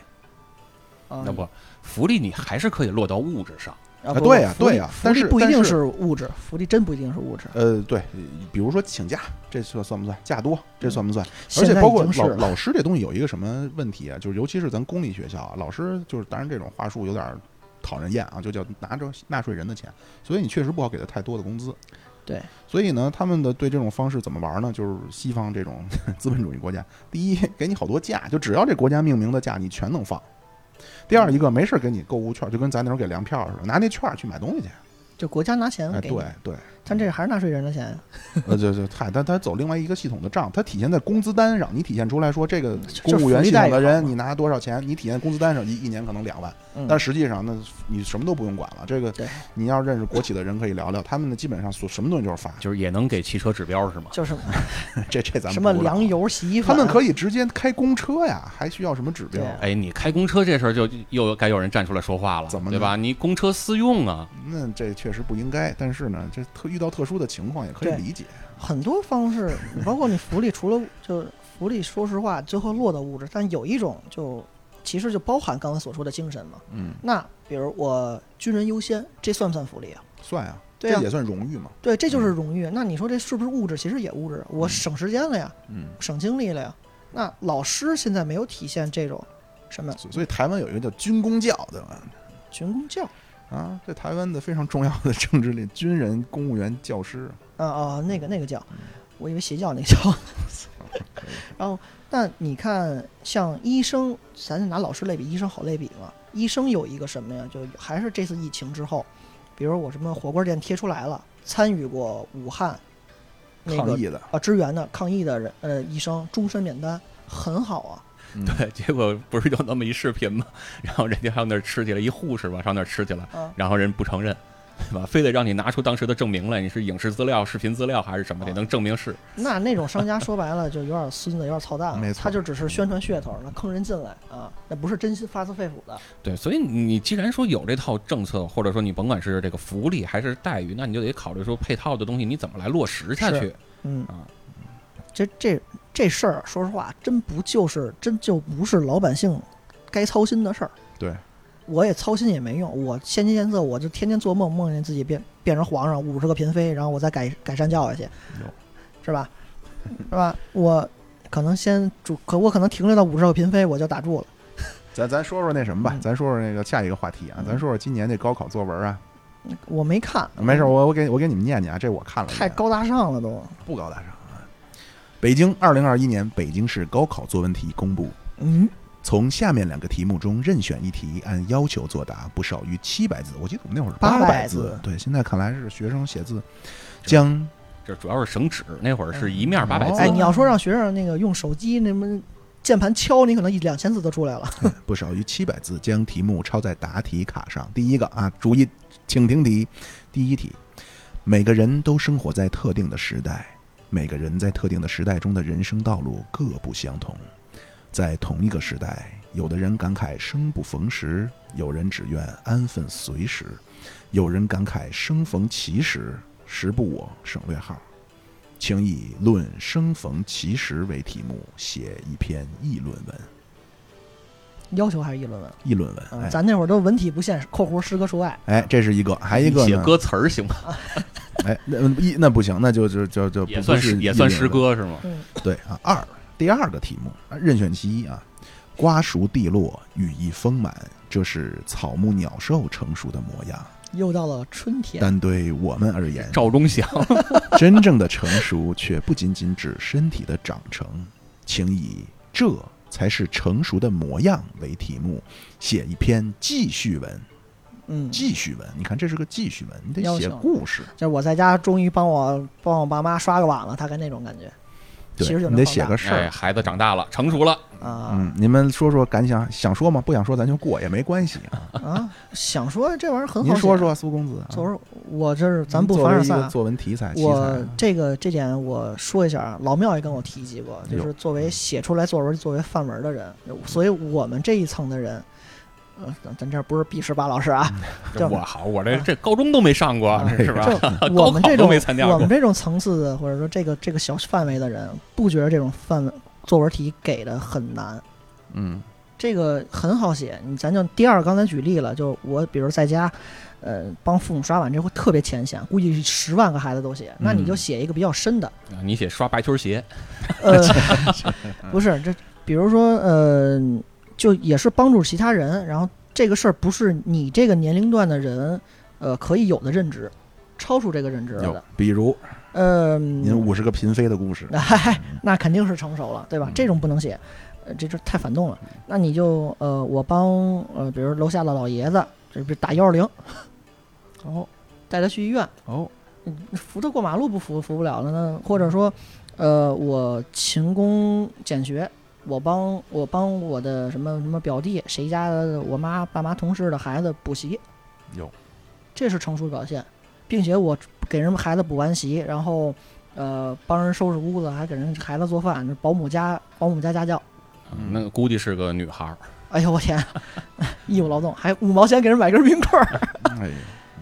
[SPEAKER 2] 啊
[SPEAKER 3] 那不，福利你还是可以落到物质上。
[SPEAKER 2] 啊
[SPEAKER 1] 啊
[SPEAKER 2] 不
[SPEAKER 1] 对呀
[SPEAKER 2] 福利
[SPEAKER 1] 对呀
[SPEAKER 2] 福
[SPEAKER 1] 但
[SPEAKER 2] 利
[SPEAKER 1] 是
[SPEAKER 2] 不一
[SPEAKER 1] 但
[SPEAKER 2] 定
[SPEAKER 1] 是
[SPEAKER 2] 是物质，福利真不一定是物质。
[SPEAKER 1] 呃，对，比如说请假，这算算不算？假多，这算不算？而
[SPEAKER 2] 现
[SPEAKER 1] 且
[SPEAKER 2] 在
[SPEAKER 1] 包
[SPEAKER 2] 已
[SPEAKER 1] 括
[SPEAKER 2] 经是
[SPEAKER 1] 老
[SPEAKER 2] 了
[SPEAKER 1] 老师这东西有一个什么问题啊？就是尤其是咱公立学校啊，老师就是当然这种话术有点儿讨人厌啊，就叫拿着纳税人的钱，所以你确实不好给他太多的工资。
[SPEAKER 2] 对，
[SPEAKER 1] 所以呢，他们的对这种方式怎么玩呢？就是西方这种 资本主义国家，第一给你好多假，就只要这国家命名的假，你全能放。第二一个没事儿给你购物券，就跟咱那时候给粮票似的，拿那券儿去买东西去。
[SPEAKER 2] 就国家拿钱
[SPEAKER 1] 哎，
[SPEAKER 2] 给你
[SPEAKER 1] 对，对，
[SPEAKER 2] 但这还是纳税人的钱呀。
[SPEAKER 1] 呃，对对，嗨，他他走另外一个系统的账，它体现在工资单上，你体现出来说这个公务员系统的
[SPEAKER 2] 就是福利待遇好
[SPEAKER 1] 人，
[SPEAKER 2] 嘛
[SPEAKER 1] 你拿多少钱，你体现工资单上一一年可能两万，
[SPEAKER 2] 嗯
[SPEAKER 1] 但实际上那你什么都不用管了。这个
[SPEAKER 2] 对
[SPEAKER 1] 你要认识国企的人可以聊聊，他们的基本上所什么东西就是发，
[SPEAKER 3] 就是也能给汽车指标是吗？
[SPEAKER 2] 就是
[SPEAKER 1] 这这咱们
[SPEAKER 2] 什么
[SPEAKER 1] 不知道
[SPEAKER 2] 粮，油、洗衣粉，
[SPEAKER 1] 他们可以直接开公车呀，还需要什么指标？
[SPEAKER 2] 对
[SPEAKER 3] 哎，你开公车这事儿就又该有人站出来说话了，
[SPEAKER 1] 怎么呢
[SPEAKER 3] 对吧？你公车私用啊，
[SPEAKER 1] 那这确实不应该，但是呢，这特遇到特殊的情况也可以
[SPEAKER 2] 对
[SPEAKER 1] 理解。
[SPEAKER 2] 很多方式，包括你福利，除了就是福利，说实话，最后落到物质，但有一种就其实就包含刚才所说的精神嘛。
[SPEAKER 1] 嗯，
[SPEAKER 2] 那比如我军人优先，这算不算福利啊？
[SPEAKER 1] 算啊，
[SPEAKER 2] 对啊
[SPEAKER 1] 这也算荣誉嘛。
[SPEAKER 2] 对，这就是荣誉。那你说这是不是物质？其实也物质，我
[SPEAKER 1] 嗯
[SPEAKER 2] 省时间了呀，
[SPEAKER 1] 嗯，
[SPEAKER 2] 省精力了呀。那老师现在没有体现这种什么
[SPEAKER 1] 所所以台湾有一个叫军工教，对吧？
[SPEAKER 2] 军工教
[SPEAKER 1] 啊，这台湾的非常重要的政治里，军人、公务员、教师，
[SPEAKER 2] 啊
[SPEAKER 1] 嗯
[SPEAKER 2] 啊，那个那个教，我以为邪教那个教。
[SPEAKER 1] 嗯
[SPEAKER 2] 然后，那你看，像医生，咱就拿老师类比，医生好类比嘛。医生有一个什么呀？就还是这次疫情之后，比如我什么火锅店贴出来了，参与过武汉那
[SPEAKER 1] 抗
[SPEAKER 2] 个
[SPEAKER 1] 议的，
[SPEAKER 2] 啊支援的抗疫的人，呃，医生终身免单，很好啊。
[SPEAKER 1] 嗯
[SPEAKER 3] 对，结果不是有那么一视频吗？然后人家上那儿吃去了，一护士吧，上那儿吃去了
[SPEAKER 2] 嗯，
[SPEAKER 3] 然后人不承认，对吧？非得让你拿出当时的证明来，你是影视资料、视频资料还是什
[SPEAKER 1] 嗯
[SPEAKER 3] 么，得能证明是。
[SPEAKER 2] 那那种商家说白了就有点孙子，有点操蛋了，
[SPEAKER 1] 没错嗯
[SPEAKER 2] 他就只是宣传噱头，那坑人进来啊，那不是真心发自肺腑的。
[SPEAKER 3] 对，所以你既然说有这套政策，或者说你甭管是这个福利还是待遇，那你就得考虑说配套的东西你怎么来落实下去
[SPEAKER 2] 是。嗯
[SPEAKER 3] 啊，
[SPEAKER 2] 这这这事儿，说实话，真不就是真就不是老百姓该操心的事儿。
[SPEAKER 1] 对，
[SPEAKER 2] 我也操心也没用，我先进献策，我就天天做梦，梦见自己变变成皇上，五十个嫔妃，然后我再改改善教育去
[SPEAKER 1] 有，
[SPEAKER 2] 是吧？ 是吧？我可能先主，可我可能停留到五十个嫔妃，我就打住了。
[SPEAKER 1] 咱咱说说那什么吧，
[SPEAKER 2] 嗯
[SPEAKER 1] 咱说说那个下一个话题啊，
[SPEAKER 2] 嗯
[SPEAKER 1] 咱说说今年这高考作文啊，
[SPEAKER 2] 我没看，
[SPEAKER 1] 没事，我我给我给你们念念啊，这我看了一眼，
[SPEAKER 2] 太高大上了都。
[SPEAKER 1] 不高大上啊。北京二零二一年北京市高考作文题公布，
[SPEAKER 2] 嗯，
[SPEAKER 1] 从下面两个题目中任选一题，按要求作答，不少于七百字。我记得我们那会儿
[SPEAKER 2] 800
[SPEAKER 1] 百
[SPEAKER 2] 字
[SPEAKER 1] 对，现在看来是学生写字
[SPEAKER 3] 这
[SPEAKER 1] 将
[SPEAKER 3] 这主要是省纸，那会儿是一面八百字。
[SPEAKER 2] 哎，你要说让学生那个用手机那么键盘敲，你可能一两千字都出来了。
[SPEAKER 1] 不少于七百字，将题目抄在答题卡上。第一个啊，注意，请听题。第一题，每个人都生活在特定的时代，每个人在特定的时代中的人生道路各不相同。在同一个时代，有的人感慨生不逢时，有人只愿安分随时，有人感慨生逢其时，时不我省略号。请以“论生逢其时”为题目，写一篇议论文。
[SPEAKER 2] 要求还是议论文。
[SPEAKER 1] 议论文，
[SPEAKER 2] 啊
[SPEAKER 1] 哎，
[SPEAKER 2] 咱那会儿都文体不限（括弧诗歌除外
[SPEAKER 1] 哎，这是一个，还一个
[SPEAKER 3] 你写
[SPEAKER 1] 呢。
[SPEAKER 3] 歌词儿行吗？
[SPEAKER 1] 哎，那嗯一那不行，那就就就就
[SPEAKER 3] 也
[SPEAKER 1] 不
[SPEAKER 3] 算
[SPEAKER 1] 不是
[SPEAKER 3] 是也算
[SPEAKER 1] 议论
[SPEAKER 3] 诗
[SPEAKER 1] 文。
[SPEAKER 3] 歌是吗？
[SPEAKER 1] 对啊，二第二个题目啊任选其一啊，瓜熟蒂落，羽翼丰满，这是草木鸟兽成熟的模样。），
[SPEAKER 2] 又到了春天。
[SPEAKER 1] 但对我们而言，
[SPEAKER 3] 赵忠祥，
[SPEAKER 1] 真正的成熟却不仅仅指身体的长成，请以这才是成熟的模样为题目，写一篇记叙文。
[SPEAKER 2] 嗯，
[SPEAKER 1] 记叙文，你看这是个记叙文，你得
[SPEAKER 2] 要
[SPEAKER 1] 写
[SPEAKER 2] 求
[SPEAKER 1] 故事。
[SPEAKER 2] 就是我在家终于帮我帮我爸妈刷个碗了，大概那种感觉
[SPEAKER 1] 对，
[SPEAKER 2] 其实就
[SPEAKER 1] 你
[SPEAKER 2] 能
[SPEAKER 1] 得
[SPEAKER 2] 放
[SPEAKER 1] 写
[SPEAKER 2] 大
[SPEAKER 1] 个事儿
[SPEAKER 3] 哎，，孩子长大了，成熟了，
[SPEAKER 2] 啊
[SPEAKER 1] 嗯，你们说说感想，想说吗？不想说咱就过也没关系啊。
[SPEAKER 2] 啊！想说这玩意儿很好。
[SPEAKER 1] 您说，说苏公子啊，
[SPEAKER 2] 就是我这是咱
[SPEAKER 1] 您
[SPEAKER 2] 不
[SPEAKER 1] 作
[SPEAKER 2] 凡
[SPEAKER 1] 为
[SPEAKER 2] 尔
[SPEAKER 1] 一个
[SPEAKER 2] 赛。啊
[SPEAKER 1] 作文题材，奇才啊
[SPEAKER 2] 我这个这点我说一下啊，老庙也跟我提及过，就
[SPEAKER 1] 哟
[SPEAKER 2] 是作为写出来作文、作为范文的人，所以我们这一层的人，呃，咱咱这不是鄙视巴老师啊，
[SPEAKER 3] 这
[SPEAKER 2] 这
[SPEAKER 3] 我好，我这这高中都没上过，
[SPEAKER 1] 哎
[SPEAKER 3] 是吧？
[SPEAKER 2] 就
[SPEAKER 3] 啊高
[SPEAKER 2] 我们
[SPEAKER 3] 考
[SPEAKER 2] 这
[SPEAKER 3] 都
[SPEAKER 2] 种
[SPEAKER 3] 没参加
[SPEAKER 2] 我
[SPEAKER 3] 过
[SPEAKER 2] 们这种层次的，或者说这个这个小范围的人，不觉得这种范围作文题给的很难。
[SPEAKER 1] 嗯，
[SPEAKER 2] 这个很好写，你咱就第二，刚才举例了，就我比如在家，呃，帮父母刷碗，这会特别浅显，估计十万个孩子都写，那
[SPEAKER 3] 嗯
[SPEAKER 2] 你就写一个比较深 的，
[SPEAKER 3] 啊你写刷白球鞋，
[SPEAKER 2] 呃， 不是这，比如说呃，就也是帮助其他人，然后这个事儿不是你这个年龄段的人，呃，可以有的认知，超出这个认知了
[SPEAKER 1] 有
[SPEAKER 2] 的，，
[SPEAKER 1] 比如
[SPEAKER 2] 嗯、
[SPEAKER 1] 您五十个嫔妃的故事，
[SPEAKER 2] 那、 那肯定是成熟了，对吧
[SPEAKER 1] 嗯？
[SPEAKER 2] 这种不能写，呃，这这太反动了。那你就呃，我帮呃，比如楼下的老爷子，这不是打幺二零，
[SPEAKER 1] 哦
[SPEAKER 2] 带他去医院，
[SPEAKER 1] 哦，
[SPEAKER 2] 嗯扶他过马路不扶扶不了了呢？或者说，呃，我勤工俭学，我帮我帮我的什么什么表弟，谁家的我妈爸妈同事的孩子补习，
[SPEAKER 1] 有，
[SPEAKER 2] 这是成熟表现，并且我给人孩子补完习，然后呃帮人收拾屋子，还给人孩子做饭，这保姆家保姆家家教。
[SPEAKER 1] 嗯
[SPEAKER 3] 那估计是个女孩儿。
[SPEAKER 2] 哎呦我天啊，义务劳动还五毛钱给人买根冰棍儿，
[SPEAKER 1] 哎呀，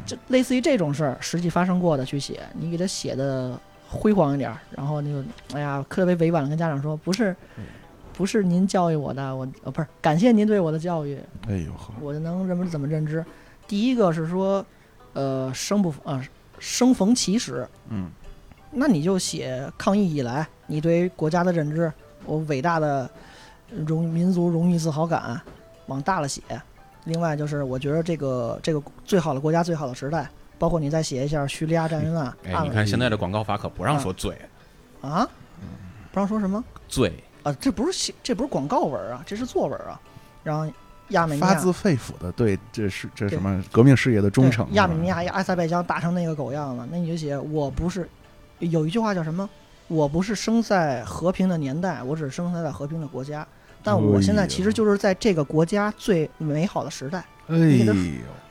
[SPEAKER 2] 这类似于这种事儿实际发生过的去写，你给他写的辉煌一点儿，然后那个哎呀特别委婉的跟家长说，不是
[SPEAKER 1] 嗯，
[SPEAKER 2] 不是您教育我的，我呃不是感谢您对我的教育，
[SPEAKER 1] 哎呦呵，
[SPEAKER 2] 我能认知怎么认知？第一个是说，呃，生不啊、生逢其时，
[SPEAKER 1] 嗯
[SPEAKER 2] 那你就写抗疫以来你对国家的认知，我伟大的荣民族荣誉自豪感，往大了写。另外就是，我觉得这个这个最好的国家最好的时代，包括你再写一下叙利亚战争啊，
[SPEAKER 3] 哎，
[SPEAKER 2] 啊
[SPEAKER 3] 你看现在的广告法可不让说罪，
[SPEAKER 2] 啊，不让说什么
[SPEAKER 3] 罪
[SPEAKER 2] 啊，这不是写这不是广告文啊，这是作文啊。然后亚美尼
[SPEAKER 1] 发
[SPEAKER 2] 亚
[SPEAKER 1] 自肺腑的对这是这
[SPEAKER 2] 对
[SPEAKER 1] 什么革命事业的忠
[SPEAKER 2] 对
[SPEAKER 1] 诚，
[SPEAKER 2] 亚
[SPEAKER 1] 是
[SPEAKER 2] 美
[SPEAKER 1] 吧
[SPEAKER 2] 尼亚、阿塞拜疆打成那个狗样了，那你就写我不是，有一句话叫什么？我不是生在和平的年代，我只是生在和平的国家。但我现在其实就是在这个国家最美好的时代，
[SPEAKER 1] 哎
[SPEAKER 2] 给它
[SPEAKER 1] 呦，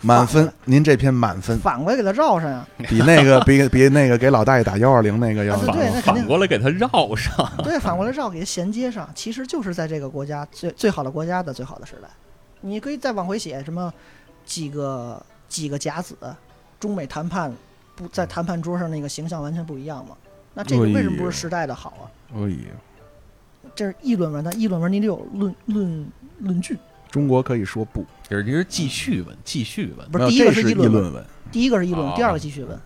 [SPEAKER 1] 满
[SPEAKER 2] 放
[SPEAKER 1] 分
[SPEAKER 2] 了，
[SPEAKER 1] 您这篇满 分，
[SPEAKER 2] 反过来给它绕 上呀、
[SPEAKER 1] 比那个比比那个给老大爷打幺二零那个要
[SPEAKER 2] 啊对那肯定
[SPEAKER 3] 反过来给他绕上，
[SPEAKER 2] 对，反过来绕给它衔接上，其实就是在这个国家最最好的国家的最好的时代。你可以再往回写什么几个几个甲子，中美谈判不
[SPEAKER 1] 嗯
[SPEAKER 2] 在谈判桌上那个形象完全不一样嘛？那这个为什么不是时代的好啊？
[SPEAKER 1] 哎呦，
[SPEAKER 2] 这是议论文，但议论文你得有论论论据，
[SPEAKER 1] 中国可以说不，
[SPEAKER 3] 就是这是记叙文，记叙文，
[SPEAKER 2] 不
[SPEAKER 1] 没有
[SPEAKER 2] 是第一
[SPEAKER 1] 这
[SPEAKER 2] 个是
[SPEAKER 1] 是
[SPEAKER 2] 议论文，
[SPEAKER 1] 论文，
[SPEAKER 2] 第一个是议论文，
[SPEAKER 3] 哦
[SPEAKER 2] 第二个记叙文，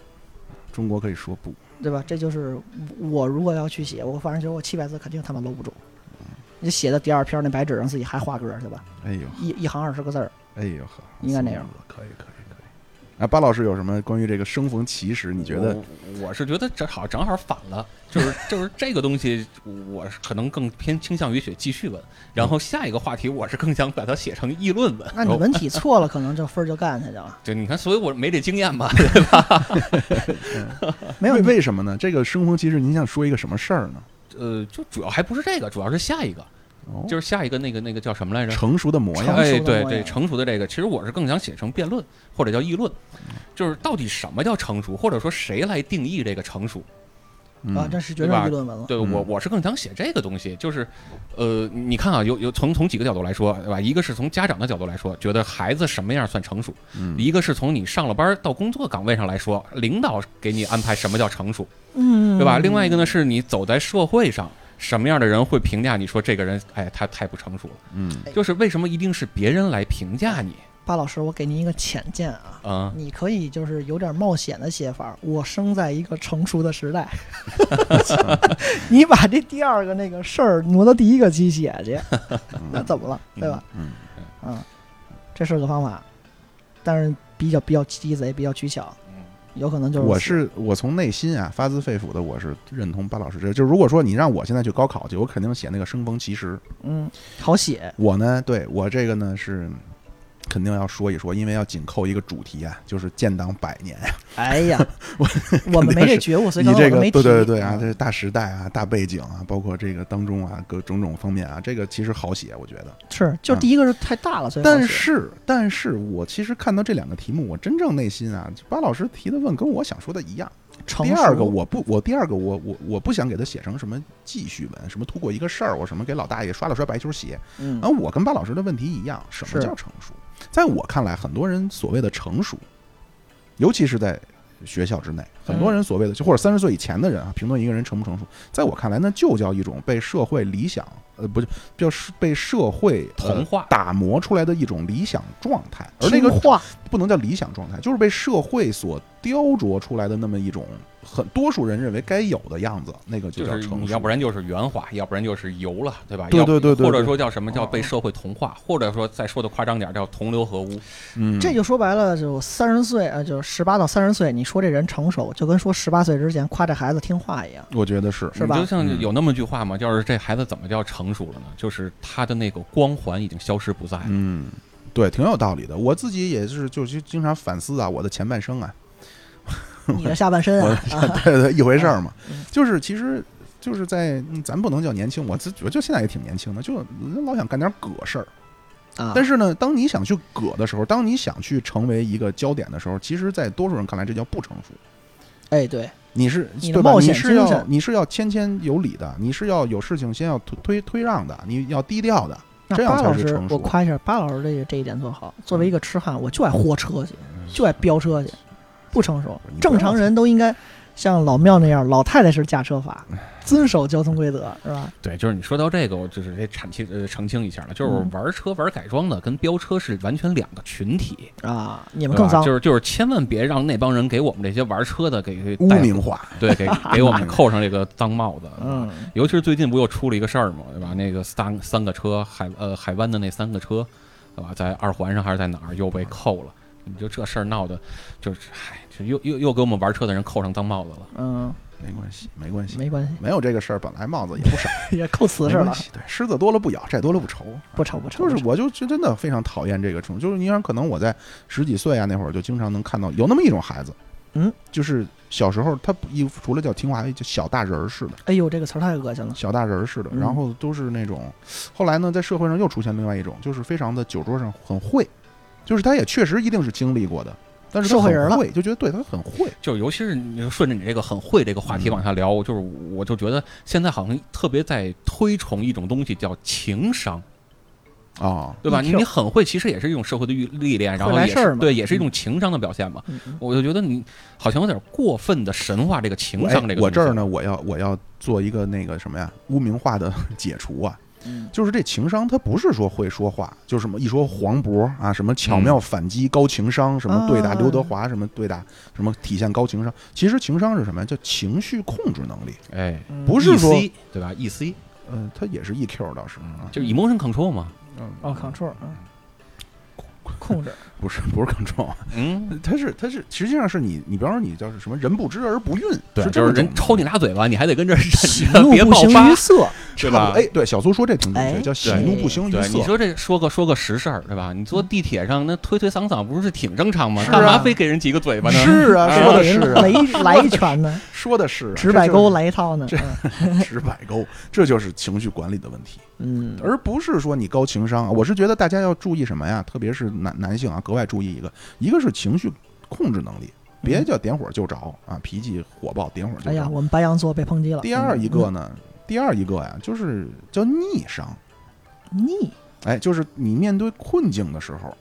[SPEAKER 1] 中国可以说不，
[SPEAKER 2] 对吧？这就是我如果要去写，我反正觉得我七百字肯定他妈搂不住，
[SPEAKER 3] 嗯
[SPEAKER 2] 你写到第二篇那白纸上自己还画格去吧，
[SPEAKER 1] 哎呦
[SPEAKER 2] 一一行二十个字儿，
[SPEAKER 1] 哎呦呵，
[SPEAKER 2] 应该那样，
[SPEAKER 1] 可以可以可以。啊，巴老师有什么关于这个生逢其时？你觉得
[SPEAKER 3] 我？我是觉得正好正好反了，就是就是这个东西，我是可能更偏倾向于写记叙文，然后下一个话题我是更想把它写成议论文。
[SPEAKER 2] 嗯那你文体错了，可能这分儿就干下去了。
[SPEAKER 3] 就你看，所以我没这经验吧？
[SPEAKER 2] 哦没有
[SPEAKER 1] 为
[SPEAKER 2] 你
[SPEAKER 1] 为什么呢？这个生逢其时，您想说一个什么事儿呢？
[SPEAKER 3] 呃，就主要还不是这个，主要是下一个，
[SPEAKER 1] 哦，
[SPEAKER 3] 就是下一个那个那个叫什么来着？
[SPEAKER 1] 成熟的模样
[SPEAKER 2] 成，
[SPEAKER 3] 哎，
[SPEAKER 2] 熟的
[SPEAKER 3] 对
[SPEAKER 2] 模
[SPEAKER 3] 对，
[SPEAKER 2] 样
[SPEAKER 3] 成熟的这个，其实我是更想写成辩论或者叫议论，
[SPEAKER 2] 嗯
[SPEAKER 3] 就是到底什么叫成熟，或者说谁来定义这个成熟？
[SPEAKER 1] 嗯
[SPEAKER 2] 啊，这是绝
[SPEAKER 3] 对吧
[SPEAKER 2] 对议论文了。
[SPEAKER 3] 对我
[SPEAKER 1] 嗯
[SPEAKER 3] 我是更想写这个东西，就是，呃，你看啊，有有从从几个角度来说，对吧？一个是从家长的角度来说，觉得孩子什么样算成熟；
[SPEAKER 1] 嗯
[SPEAKER 3] 一个是从你上了班到工作岗位上来说，领导给你安排什么叫成熟，
[SPEAKER 2] 嗯，
[SPEAKER 3] 对吧？另外一个呢，是你走在社会上。什么样的人会评价你说这个人，哎，他太不成熟了？
[SPEAKER 1] 嗯，
[SPEAKER 3] 就是为什么一定是别人来评价你
[SPEAKER 2] 巴老师，我给您一个浅见啊，
[SPEAKER 3] 啊？
[SPEAKER 2] 你可以就是有点冒险的写法儿。我生在一个成熟的时代，你把这第二个那个事儿挪到第一个去写去， 那怎么了，对吧？
[SPEAKER 1] 嗯
[SPEAKER 2] 嗯，这是个方法，但是比较比较鸡贼，比较取巧，有可能就是
[SPEAKER 1] 我是我从内心啊发自肺腑的，我是认同巴老师这个。就是如果说你让我现在去高考去，我肯定写那个生逢其时。
[SPEAKER 2] 嗯好写，
[SPEAKER 1] 我呢，对我这个呢是肯定要说一说，因为要紧扣一个主题啊，就是建党百年。
[SPEAKER 2] 哎 呀，我们没这觉悟，所以
[SPEAKER 1] 你
[SPEAKER 2] 刚
[SPEAKER 1] 这
[SPEAKER 2] 才我都
[SPEAKER 1] 个
[SPEAKER 2] 没
[SPEAKER 1] 对
[SPEAKER 2] 提。
[SPEAKER 1] 对对啊，这
[SPEAKER 2] 嗯
[SPEAKER 1] 是大时代啊、大背景啊，包括这个当中啊各种种方面啊，这个其实好写，我觉得。
[SPEAKER 2] 是就是第一个是太大了，所以好写
[SPEAKER 1] 嗯但是，但是我其实看到这两个题目，我真正内心啊，巴老师提的问跟我想说的一样。
[SPEAKER 2] 成
[SPEAKER 1] 第二个
[SPEAKER 2] 熟
[SPEAKER 1] 我不，我第二个我我我不想给他写成什么记叙文，什么通过一个事儿，我什么给老大爷刷了刷白球鞋。
[SPEAKER 2] 嗯
[SPEAKER 1] 啊，我跟巴老师的问题一样，什么
[SPEAKER 2] 是
[SPEAKER 1] 叫成熟？在我看来，很多人所谓的成熟，尤其是在学校之内，很多人所
[SPEAKER 3] 嗯
[SPEAKER 1] 谓的就或者三十岁以前的人啊，评论一个人成不成熟，在我看来，那就叫一种被社会理想呃，不就就是被社会呃
[SPEAKER 3] 童话
[SPEAKER 1] 打磨出来的一种理想状态，而那个
[SPEAKER 2] 听话
[SPEAKER 1] 不能叫理想状态，就是被社会所雕琢出来的那么一种很多数人认为该有的样子，那个
[SPEAKER 3] 就
[SPEAKER 1] 叫
[SPEAKER 3] 是
[SPEAKER 1] 成
[SPEAKER 3] 你
[SPEAKER 1] 熟。
[SPEAKER 3] 要不然就是圆滑，要不然就是油了，对吧？
[SPEAKER 1] 对
[SPEAKER 3] 要
[SPEAKER 1] 对对对
[SPEAKER 3] 或者
[SPEAKER 1] 对
[SPEAKER 3] 说叫什么叫被
[SPEAKER 2] 哦
[SPEAKER 3] 社会同化，或者说再说的夸张点儿叫同流合污。
[SPEAKER 1] 嗯，
[SPEAKER 2] 这就说白了，就三十岁啊，呃就是十八到三十岁，你说这人成熟，就跟说十八岁之前夸这孩子听话一样。
[SPEAKER 1] 我觉得是
[SPEAKER 2] 是吧
[SPEAKER 3] 你就像
[SPEAKER 1] 嗯
[SPEAKER 3] 有那么句话嘛，就是这孩子怎么叫成熟了呢？就是他的那个光环已经消失不在了。
[SPEAKER 1] 嗯，对，挺有道理的。我自己也是，就是经常反思啊，我的前半生啊，
[SPEAKER 2] 你的下半身
[SPEAKER 1] 我
[SPEAKER 2] 啊，啊
[SPEAKER 1] 对对一回事儿嘛
[SPEAKER 2] 嗯。
[SPEAKER 1] 就是其实就是在嗯咱不能叫年轻，我自我就现在也挺年轻的，就老想干点葛事儿。
[SPEAKER 2] 啊，
[SPEAKER 1] 但是呢，当你想去葛的时候，当你想去成为一个焦点的时候，其实，在多数人看来，这叫不成熟。
[SPEAKER 2] 哎，对，
[SPEAKER 1] 你是
[SPEAKER 2] 你的
[SPEAKER 1] 对吧？
[SPEAKER 2] 冒
[SPEAKER 1] 你
[SPEAKER 2] 险
[SPEAKER 1] 是
[SPEAKER 2] 精
[SPEAKER 1] 要
[SPEAKER 2] 神
[SPEAKER 1] 你是要谦谦有礼的，你是要有事情先要推推推让的，你要低调的。
[SPEAKER 2] 那
[SPEAKER 1] 这样
[SPEAKER 2] 巴
[SPEAKER 1] 才
[SPEAKER 2] 老
[SPEAKER 1] 是
[SPEAKER 2] 师
[SPEAKER 1] 成，熟
[SPEAKER 2] 我
[SPEAKER 1] 嗯
[SPEAKER 2] 夸一下巴老师这个这一点做好。作为一个痴汉，我就爱豁车去，就爱飙车去。不成熟
[SPEAKER 1] 你，不要
[SPEAKER 2] 正常人都应该像老庙那样，老太太式驾 车法，遵守交通规则，是吧？
[SPEAKER 3] 对，就是你说到这个，我就是得澄清呃澄清一下了，就是
[SPEAKER 2] 嗯
[SPEAKER 3] 玩车玩改装的跟飙车是完全两个群体，
[SPEAKER 2] 啊，你们
[SPEAKER 3] 对
[SPEAKER 2] 更
[SPEAKER 3] 吧？
[SPEAKER 2] 脏，
[SPEAKER 3] 就是就是千万别让那帮人给我们这些玩车的给给
[SPEAKER 1] 污
[SPEAKER 3] 戴
[SPEAKER 1] 名化，
[SPEAKER 3] 对给给 我们扣上这个脏帽子，
[SPEAKER 2] 嗯，
[SPEAKER 3] 尤其是最近不又出了一个事儿嘛，对吧？那个三三个车海呃海湾的那三个车，对吧？在二环上还是在哪儿又被扣了？你就这事儿闹的，就是唉，就又又又给我们玩车的人扣上脏帽子了。
[SPEAKER 2] 嗯，
[SPEAKER 1] 没关系，没关系，
[SPEAKER 2] 没关
[SPEAKER 1] 没有这个事儿，本来帽子也不少，
[SPEAKER 2] 系，也扣瓷
[SPEAKER 1] 没
[SPEAKER 2] 实
[SPEAKER 1] 关
[SPEAKER 2] 了，
[SPEAKER 1] 系。对，狮子多了不咬，债多了不愁。
[SPEAKER 2] 不愁不愁，
[SPEAKER 1] 就
[SPEAKER 2] 不
[SPEAKER 1] 是
[SPEAKER 2] 愁
[SPEAKER 1] 我就就真的非常讨厌这个冲，就是你想可能我在十几岁啊那会儿就经常能看到有那么一种孩子，
[SPEAKER 2] 嗯，
[SPEAKER 1] 就是小时候他不一除了叫听话，还有叫小大人儿似的，
[SPEAKER 2] 哎呦，这个词儿太恶心了，
[SPEAKER 1] 小大人儿似的，
[SPEAKER 2] 嗯
[SPEAKER 1] 然后都是那种，后来呢在社会上又出现另外一种，就是非常的酒桌上很会，就是他也确实一定是经历过的，但是他
[SPEAKER 2] 社会
[SPEAKER 1] 很
[SPEAKER 2] 人了
[SPEAKER 1] 会，就觉得对他很会，
[SPEAKER 3] 就是尤其是你顺着你这个很会这个话题往下聊，就是我就觉得现在好像特别在推崇一种东西叫情商，
[SPEAKER 1] 啊，
[SPEAKER 3] 对吧？你
[SPEAKER 2] EQ
[SPEAKER 3] 你很会，其实也是一种社会的历历练，然后
[SPEAKER 2] 会来
[SPEAKER 3] 也
[SPEAKER 2] 事儿
[SPEAKER 3] 是
[SPEAKER 2] 嘛
[SPEAKER 3] 对，也是一种情商的表现嘛。
[SPEAKER 2] 嗯嗯
[SPEAKER 3] 我就觉得你好像有点过分的神话这个情商这
[SPEAKER 1] 哎
[SPEAKER 3] 个。
[SPEAKER 1] 我这儿，呢，我要我要做一个那个什么呀，污名化的 解除啊，
[SPEAKER 2] 嗯，
[SPEAKER 1] 就是这情商，它不是说会说话，就什么一说黄渤啊，什么巧
[SPEAKER 3] 嗯
[SPEAKER 1] 妙反击、高情商，什么对打
[SPEAKER 2] 啊
[SPEAKER 1] 刘德华，什么对打，什么体现高情商。其实情商是什么呀？叫情绪控制能力，
[SPEAKER 3] 哎，
[SPEAKER 2] 嗯
[SPEAKER 1] 不是说
[SPEAKER 3] EC 对吧？EC？E 嗯
[SPEAKER 1] 呃，它也是 EQ 倒是啊，
[SPEAKER 3] 就是 emotion control 嘛。
[SPEAKER 2] 哦，control，嗯， 控制，
[SPEAKER 1] 不是不是 control，啊
[SPEAKER 3] 嗯，
[SPEAKER 1] 它是它是实际上是你你比方说你叫什么人不知而不愠，
[SPEAKER 3] 对，
[SPEAKER 1] 是这
[SPEAKER 3] 就是
[SPEAKER 1] 么
[SPEAKER 3] 人
[SPEAKER 1] 种
[SPEAKER 3] 抽你俩嘴巴，你还得跟这儿
[SPEAKER 2] 喜
[SPEAKER 3] 忍着，
[SPEAKER 2] 怒
[SPEAKER 3] 别
[SPEAKER 2] 不
[SPEAKER 3] 爆
[SPEAKER 2] 形
[SPEAKER 3] 发
[SPEAKER 2] 于，色，
[SPEAKER 1] 差
[SPEAKER 3] 对吧？
[SPEAKER 1] 不多哎，对，小苏说这挺准确，
[SPEAKER 2] 哎
[SPEAKER 1] 叫喜怒不形于
[SPEAKER 3] 对，你
[SPEAKER 1] 色。
[SPEAKER 3] 说这说个说个实事儿，对吧？你坐地铁上那推推搡搡，不是挺正常吗？
[SPEAKER 1] 是啊
[SPEAKER 3] 干嘛非给人几个嘴巴呢？
[SPEAKER 1] 是啊，
[SPEAKER 3] 哎
[SPEAKER 1] 说的
[SPEAKER 2] 给
[SPEAKER 1] 是
[SPEAKER 2] 人
[SPEAKER 1] 啊
[SPEAKER 2] 来， 一来一拳呢，
[SPEAKER 1] 说的是啊
[SPEAKER 2] 直百，
[SPEAKER 1] 这
[SPEAKER 2] 勾
[SPEAKER 1] 就是
[SPEAKER 2] 来一套呢，
[SPEAKER 1] 这直百勾，这就是情绪管理的问题。
[SPEAKER 2] 嗯，嗯
[SPEAKER 1] 而不是说你高情商啊。我是觉得大家要注意什么呀？特别是男男性啊，格外注意一个，一个是情绪控制能力，别叫点火就着啊，脾气火爆，点火就
[SPEAKER 2] 嗯哎呀，
[SPEAKER 1] 着。
[SPEAKER 2] 我们白羊座被抨击了。
[SPEAKER 1] 第二一个
[SPEAKER 2] 嗯
[SPEAKER 1] 呢，第二一个呀，就是叫逆商，
[SPEAKER 2] 嗯逆
[SPEAKER 1] 哎，就是你面对困境的时候。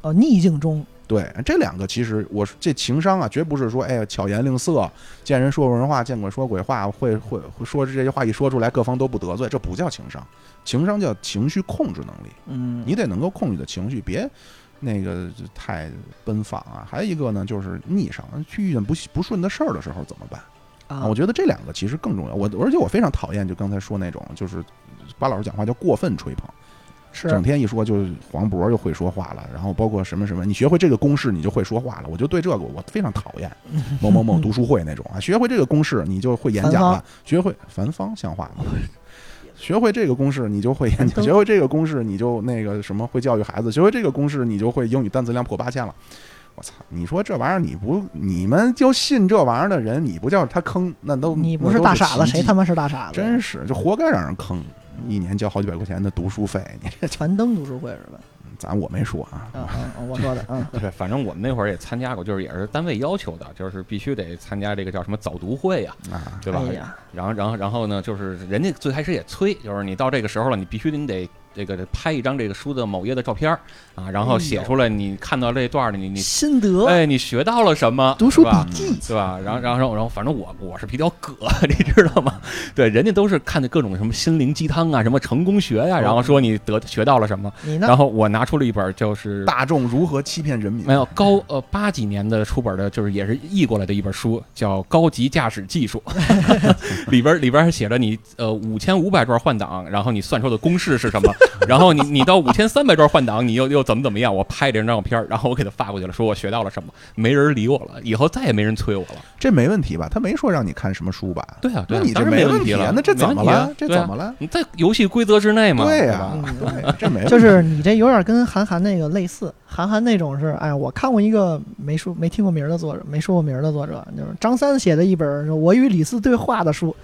[SPEAKER 2] 哦，逆境中
[SPEAKER 1] 对，这两个其实我这情商啊，绝不是说哎呀巧言令色，见人说人话，见鬼说鬼话，会会会说这些话一说出来，各方都不得罪，这不叫情商，情商叫情绪控制能力。
[SPEAKER 2] 嗯，
[SPEAKER 1] 你得能够控制你的情绪，别那个就太奔放啊。还有一个呢，就是逆商，去遇见不不顺的事儿的时候怎么办
[SPEAKER 2] 啊，
[SPEAKER 1] 我觉得这两个其实更重要。我而且我非常讨厌，就刚才说那种，就是巴老师讲话叫过分吹捧，整
[SPEAKER 2] 是
[SPEAKER 1] 天一说就是黄渤又会说话了，然后包括什么什么，你学会这个公式你就会说话了。我就对这个我非常讨 厌，某某某读书会那种啊，学会这个公式你就会演讲
[SPEAKER 2] 樊
[SPEAKER 1] 了
[SPEAKER 2] 方，
[SPEAKER 1] 学会樊方像话吗？学会这个公式，你就会 演讲；
[SPEAKER 2] 都
[SPEAKER 1] 学会这个公式，你就那个什么会教育孩子；学会这个公式，你就会英语单词量破八千了。我操！你说这玩意儿，你不你们就信这玩意儿的人，你不叫他坑，那都
[SPEAKER 2] 你不
[SPEAKER 1] 那
[SPEAKER 2] 是
[SPEAKER 1] 都
[SPEAKER 2] 大傻子，
[SPEAKER 1] 奇迹
[SPEAKER 2] 谁他妈是大傻子？
[SPEAKER 1] 真是就活该让人坑，一年交好几百块钱的读书费，你这
[SPEAKER 2] 樊登读书会是吧？
[SPEAKER 1] 咱我没说啊，
[SPEAKER 2] 啊啊，啊我说的，嗯，
[SPEAKER 3] 对，反正我们那会儿也参加过，就是也是单位要求的，就是必须得参加这个叫什么早读会呀、
[SPEAKER 1] 啊，
[SPEAKER 3] 对吧？
[SPEAKER 2] 哎呀，
[SPEAKER 3] 然后，然后，然后呢，就是人家最开始也催，就是你到这个时候了，你必须你得这个拍一张这个书的某页的照片儿啊，然后写出来你看到这段儿的你你
[SPEAKER 2] 心得
[SPEAKER 3] 哎，你学到了什么？
[SPEAKER 2] 读书
[SPEAKER 3] 是吧
[SPEAKER 2] 笔记，
[SPEAKER 3] 对吧？然后，然后，然后，然后反正我我是比较葛， 你知道吗？对，人家都是看的各种什么心灵鸡汤啊，什么成功学
[SPEAKER 2] 哦
[SPEAKER 3] 呀、然后说你得学到了什么，
[SPEAKER 2] 你呢
[SPEAKER 3] 然？后我拿出了一本就是
[SPEAKER 1] 大众如何欺骗人民？
[SPEAKER 3] 没有高呃八几年的出本的，就是也是译过来的一本书，叫《高级驾驶技术》， 里边里边还写着你呃五千五百转换挡，然后你算出的公式是什么，然后你你到五千三百转换挡，你又又怎么怎么样？我拍这张照片，然后我给他发过去了，说我学到了什么，没人理我了，以后再也没人催我了。
[SPEAKER 1] 这没问题吧？他没说让你看什么书吧？
[SPEAKER 3] 对啊，对
[SPEAKER 1] 那
[SPEAKER 3] 啊，
[SPEAKER 1] 你这
[SPEAKER 3] 当然
[SPEAKER 1] 没
[SPEAKER 3] 没问
[SPEAKER 1] 题
[SPEAKER 3] 了
[SPEAKER 1] 啊，，那这
[SPEAKER 3] 没
[SPEAKER 1] 怎
[SPEAKER 3] 问
[SPEAKER 1] 么
[SPEAKER 3] 题啊
[SPEAKER 1] 了？这
[SPEAKER 3] 对啊
[SPEAKER 1] 怎么了？
[SPEAKER 3] 你在游戏规则之内嘛？
[SPEAKER 1] 对啊呀、
[SPEAKER 3] 吧
[SPEAKER 2] 嗯
[SPEAKER 1] 对，这没问
[SPEAKER 3] 哎
[SPEAKER 1] 题
[SPEAKER 2] 就是你这有点跟韩寒那个类似，韩寒那种是，哎，我看过一个没说没听过名儿的作者，没说过名儿的作者，就是张三写的一本儿《我与李斯对话》的书，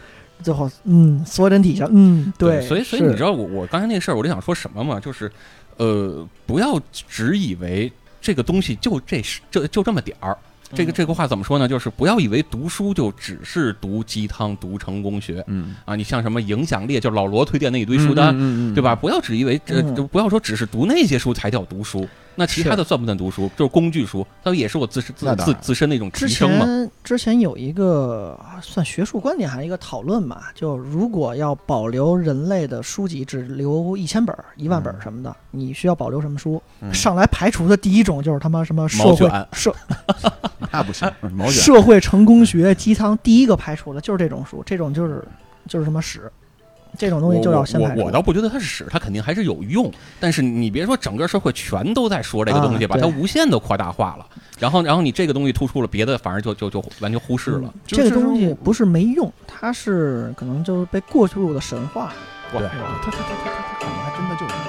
[SPEAKER 2] 最后，嗯，缩针底下，嗯，
[SPEAKER 3] 所以所以
[SPEAKER 2] 是
[SPEAKER 3] 你知道我我刚才那个事儿，我就想说什么嘛，就是，呃，不要只以为这个东西就这是就就这么点儿。这
[SPEAKER 1] 嗯
[SPEAKER 3] 个这个话怎么说呢？就是不要以为读书就只是读鸡汤、读成功学
[SPEAKER 1] 嗯，
[SPEAKER 3] 啊！你像什么影响力，就老罗推荐那一堆书单，
[SPEAKER 1] 嗯嗯嗯嗯
[SPEAKER 3] 对吧？不要只以为这、
[SPEAKER 2] 嗯
[SPEAKER 3] 就不要说只是读那些书才叫读书，那其他的算不算读书？就是工具书，它也是我自身自
[SPEAKER 1] 那当
[SPEAKER 3] 自
[SPEAKER 1] 然
[SPEAKER 3] 自身的一种提
[SPEAKER 2] 之
[SPEAKER 3] 升嘛。
[SPEAKER 2] 前之前有一个算学术观点还是一个讨论吧，就如果要保留人类的书籍，只留一千本儿、一万本儿
[SPEAKER 3] 嗯
[SPEAKER 2] 什么的，你需要保留什么书？
[SPEAKER 1] 嗯
[SPEAKER 2] 上来排除的第一种就是他妈什么社会
[SPEAKER 3] 毛卷
[SPEAKER 2] 社
[SPEAKER 1] 那不行，毛卷
[SPEAKER 2] 社会成功学鸡汤，第一个排除的就是这种书，这种就是就是什么屎，这种东西就要先
[SPEAKER 3] 我
[SPEAKER 2] 排除。
[SPEAKER 3] 我我倒不觉得它是屎，它肯定还是有用。但是你别说整个社会全都在说这个东西，
[SPEAKER 2] 啊
[SPEAKER 3] 把它
[SPEAKER 2] 对
[SPEAKER 3] 无限的扩大化了。然后，然后你这个东西突出了，别的反而就就就完全忽视了。
[SPEAKER 2] 嗯
[SPEAKER 1] 就是
[SPEAKER 2] 这个
[SPEAKER 1] 这种
[SPEAKER 2] 东西不是没用，它是可能就是被过度的神话。
[SPEAKER 1] 哇
[SPEAKER 2] 嗯对吧
[SPEAKER 1] 他他他他他他，可能还真的就是。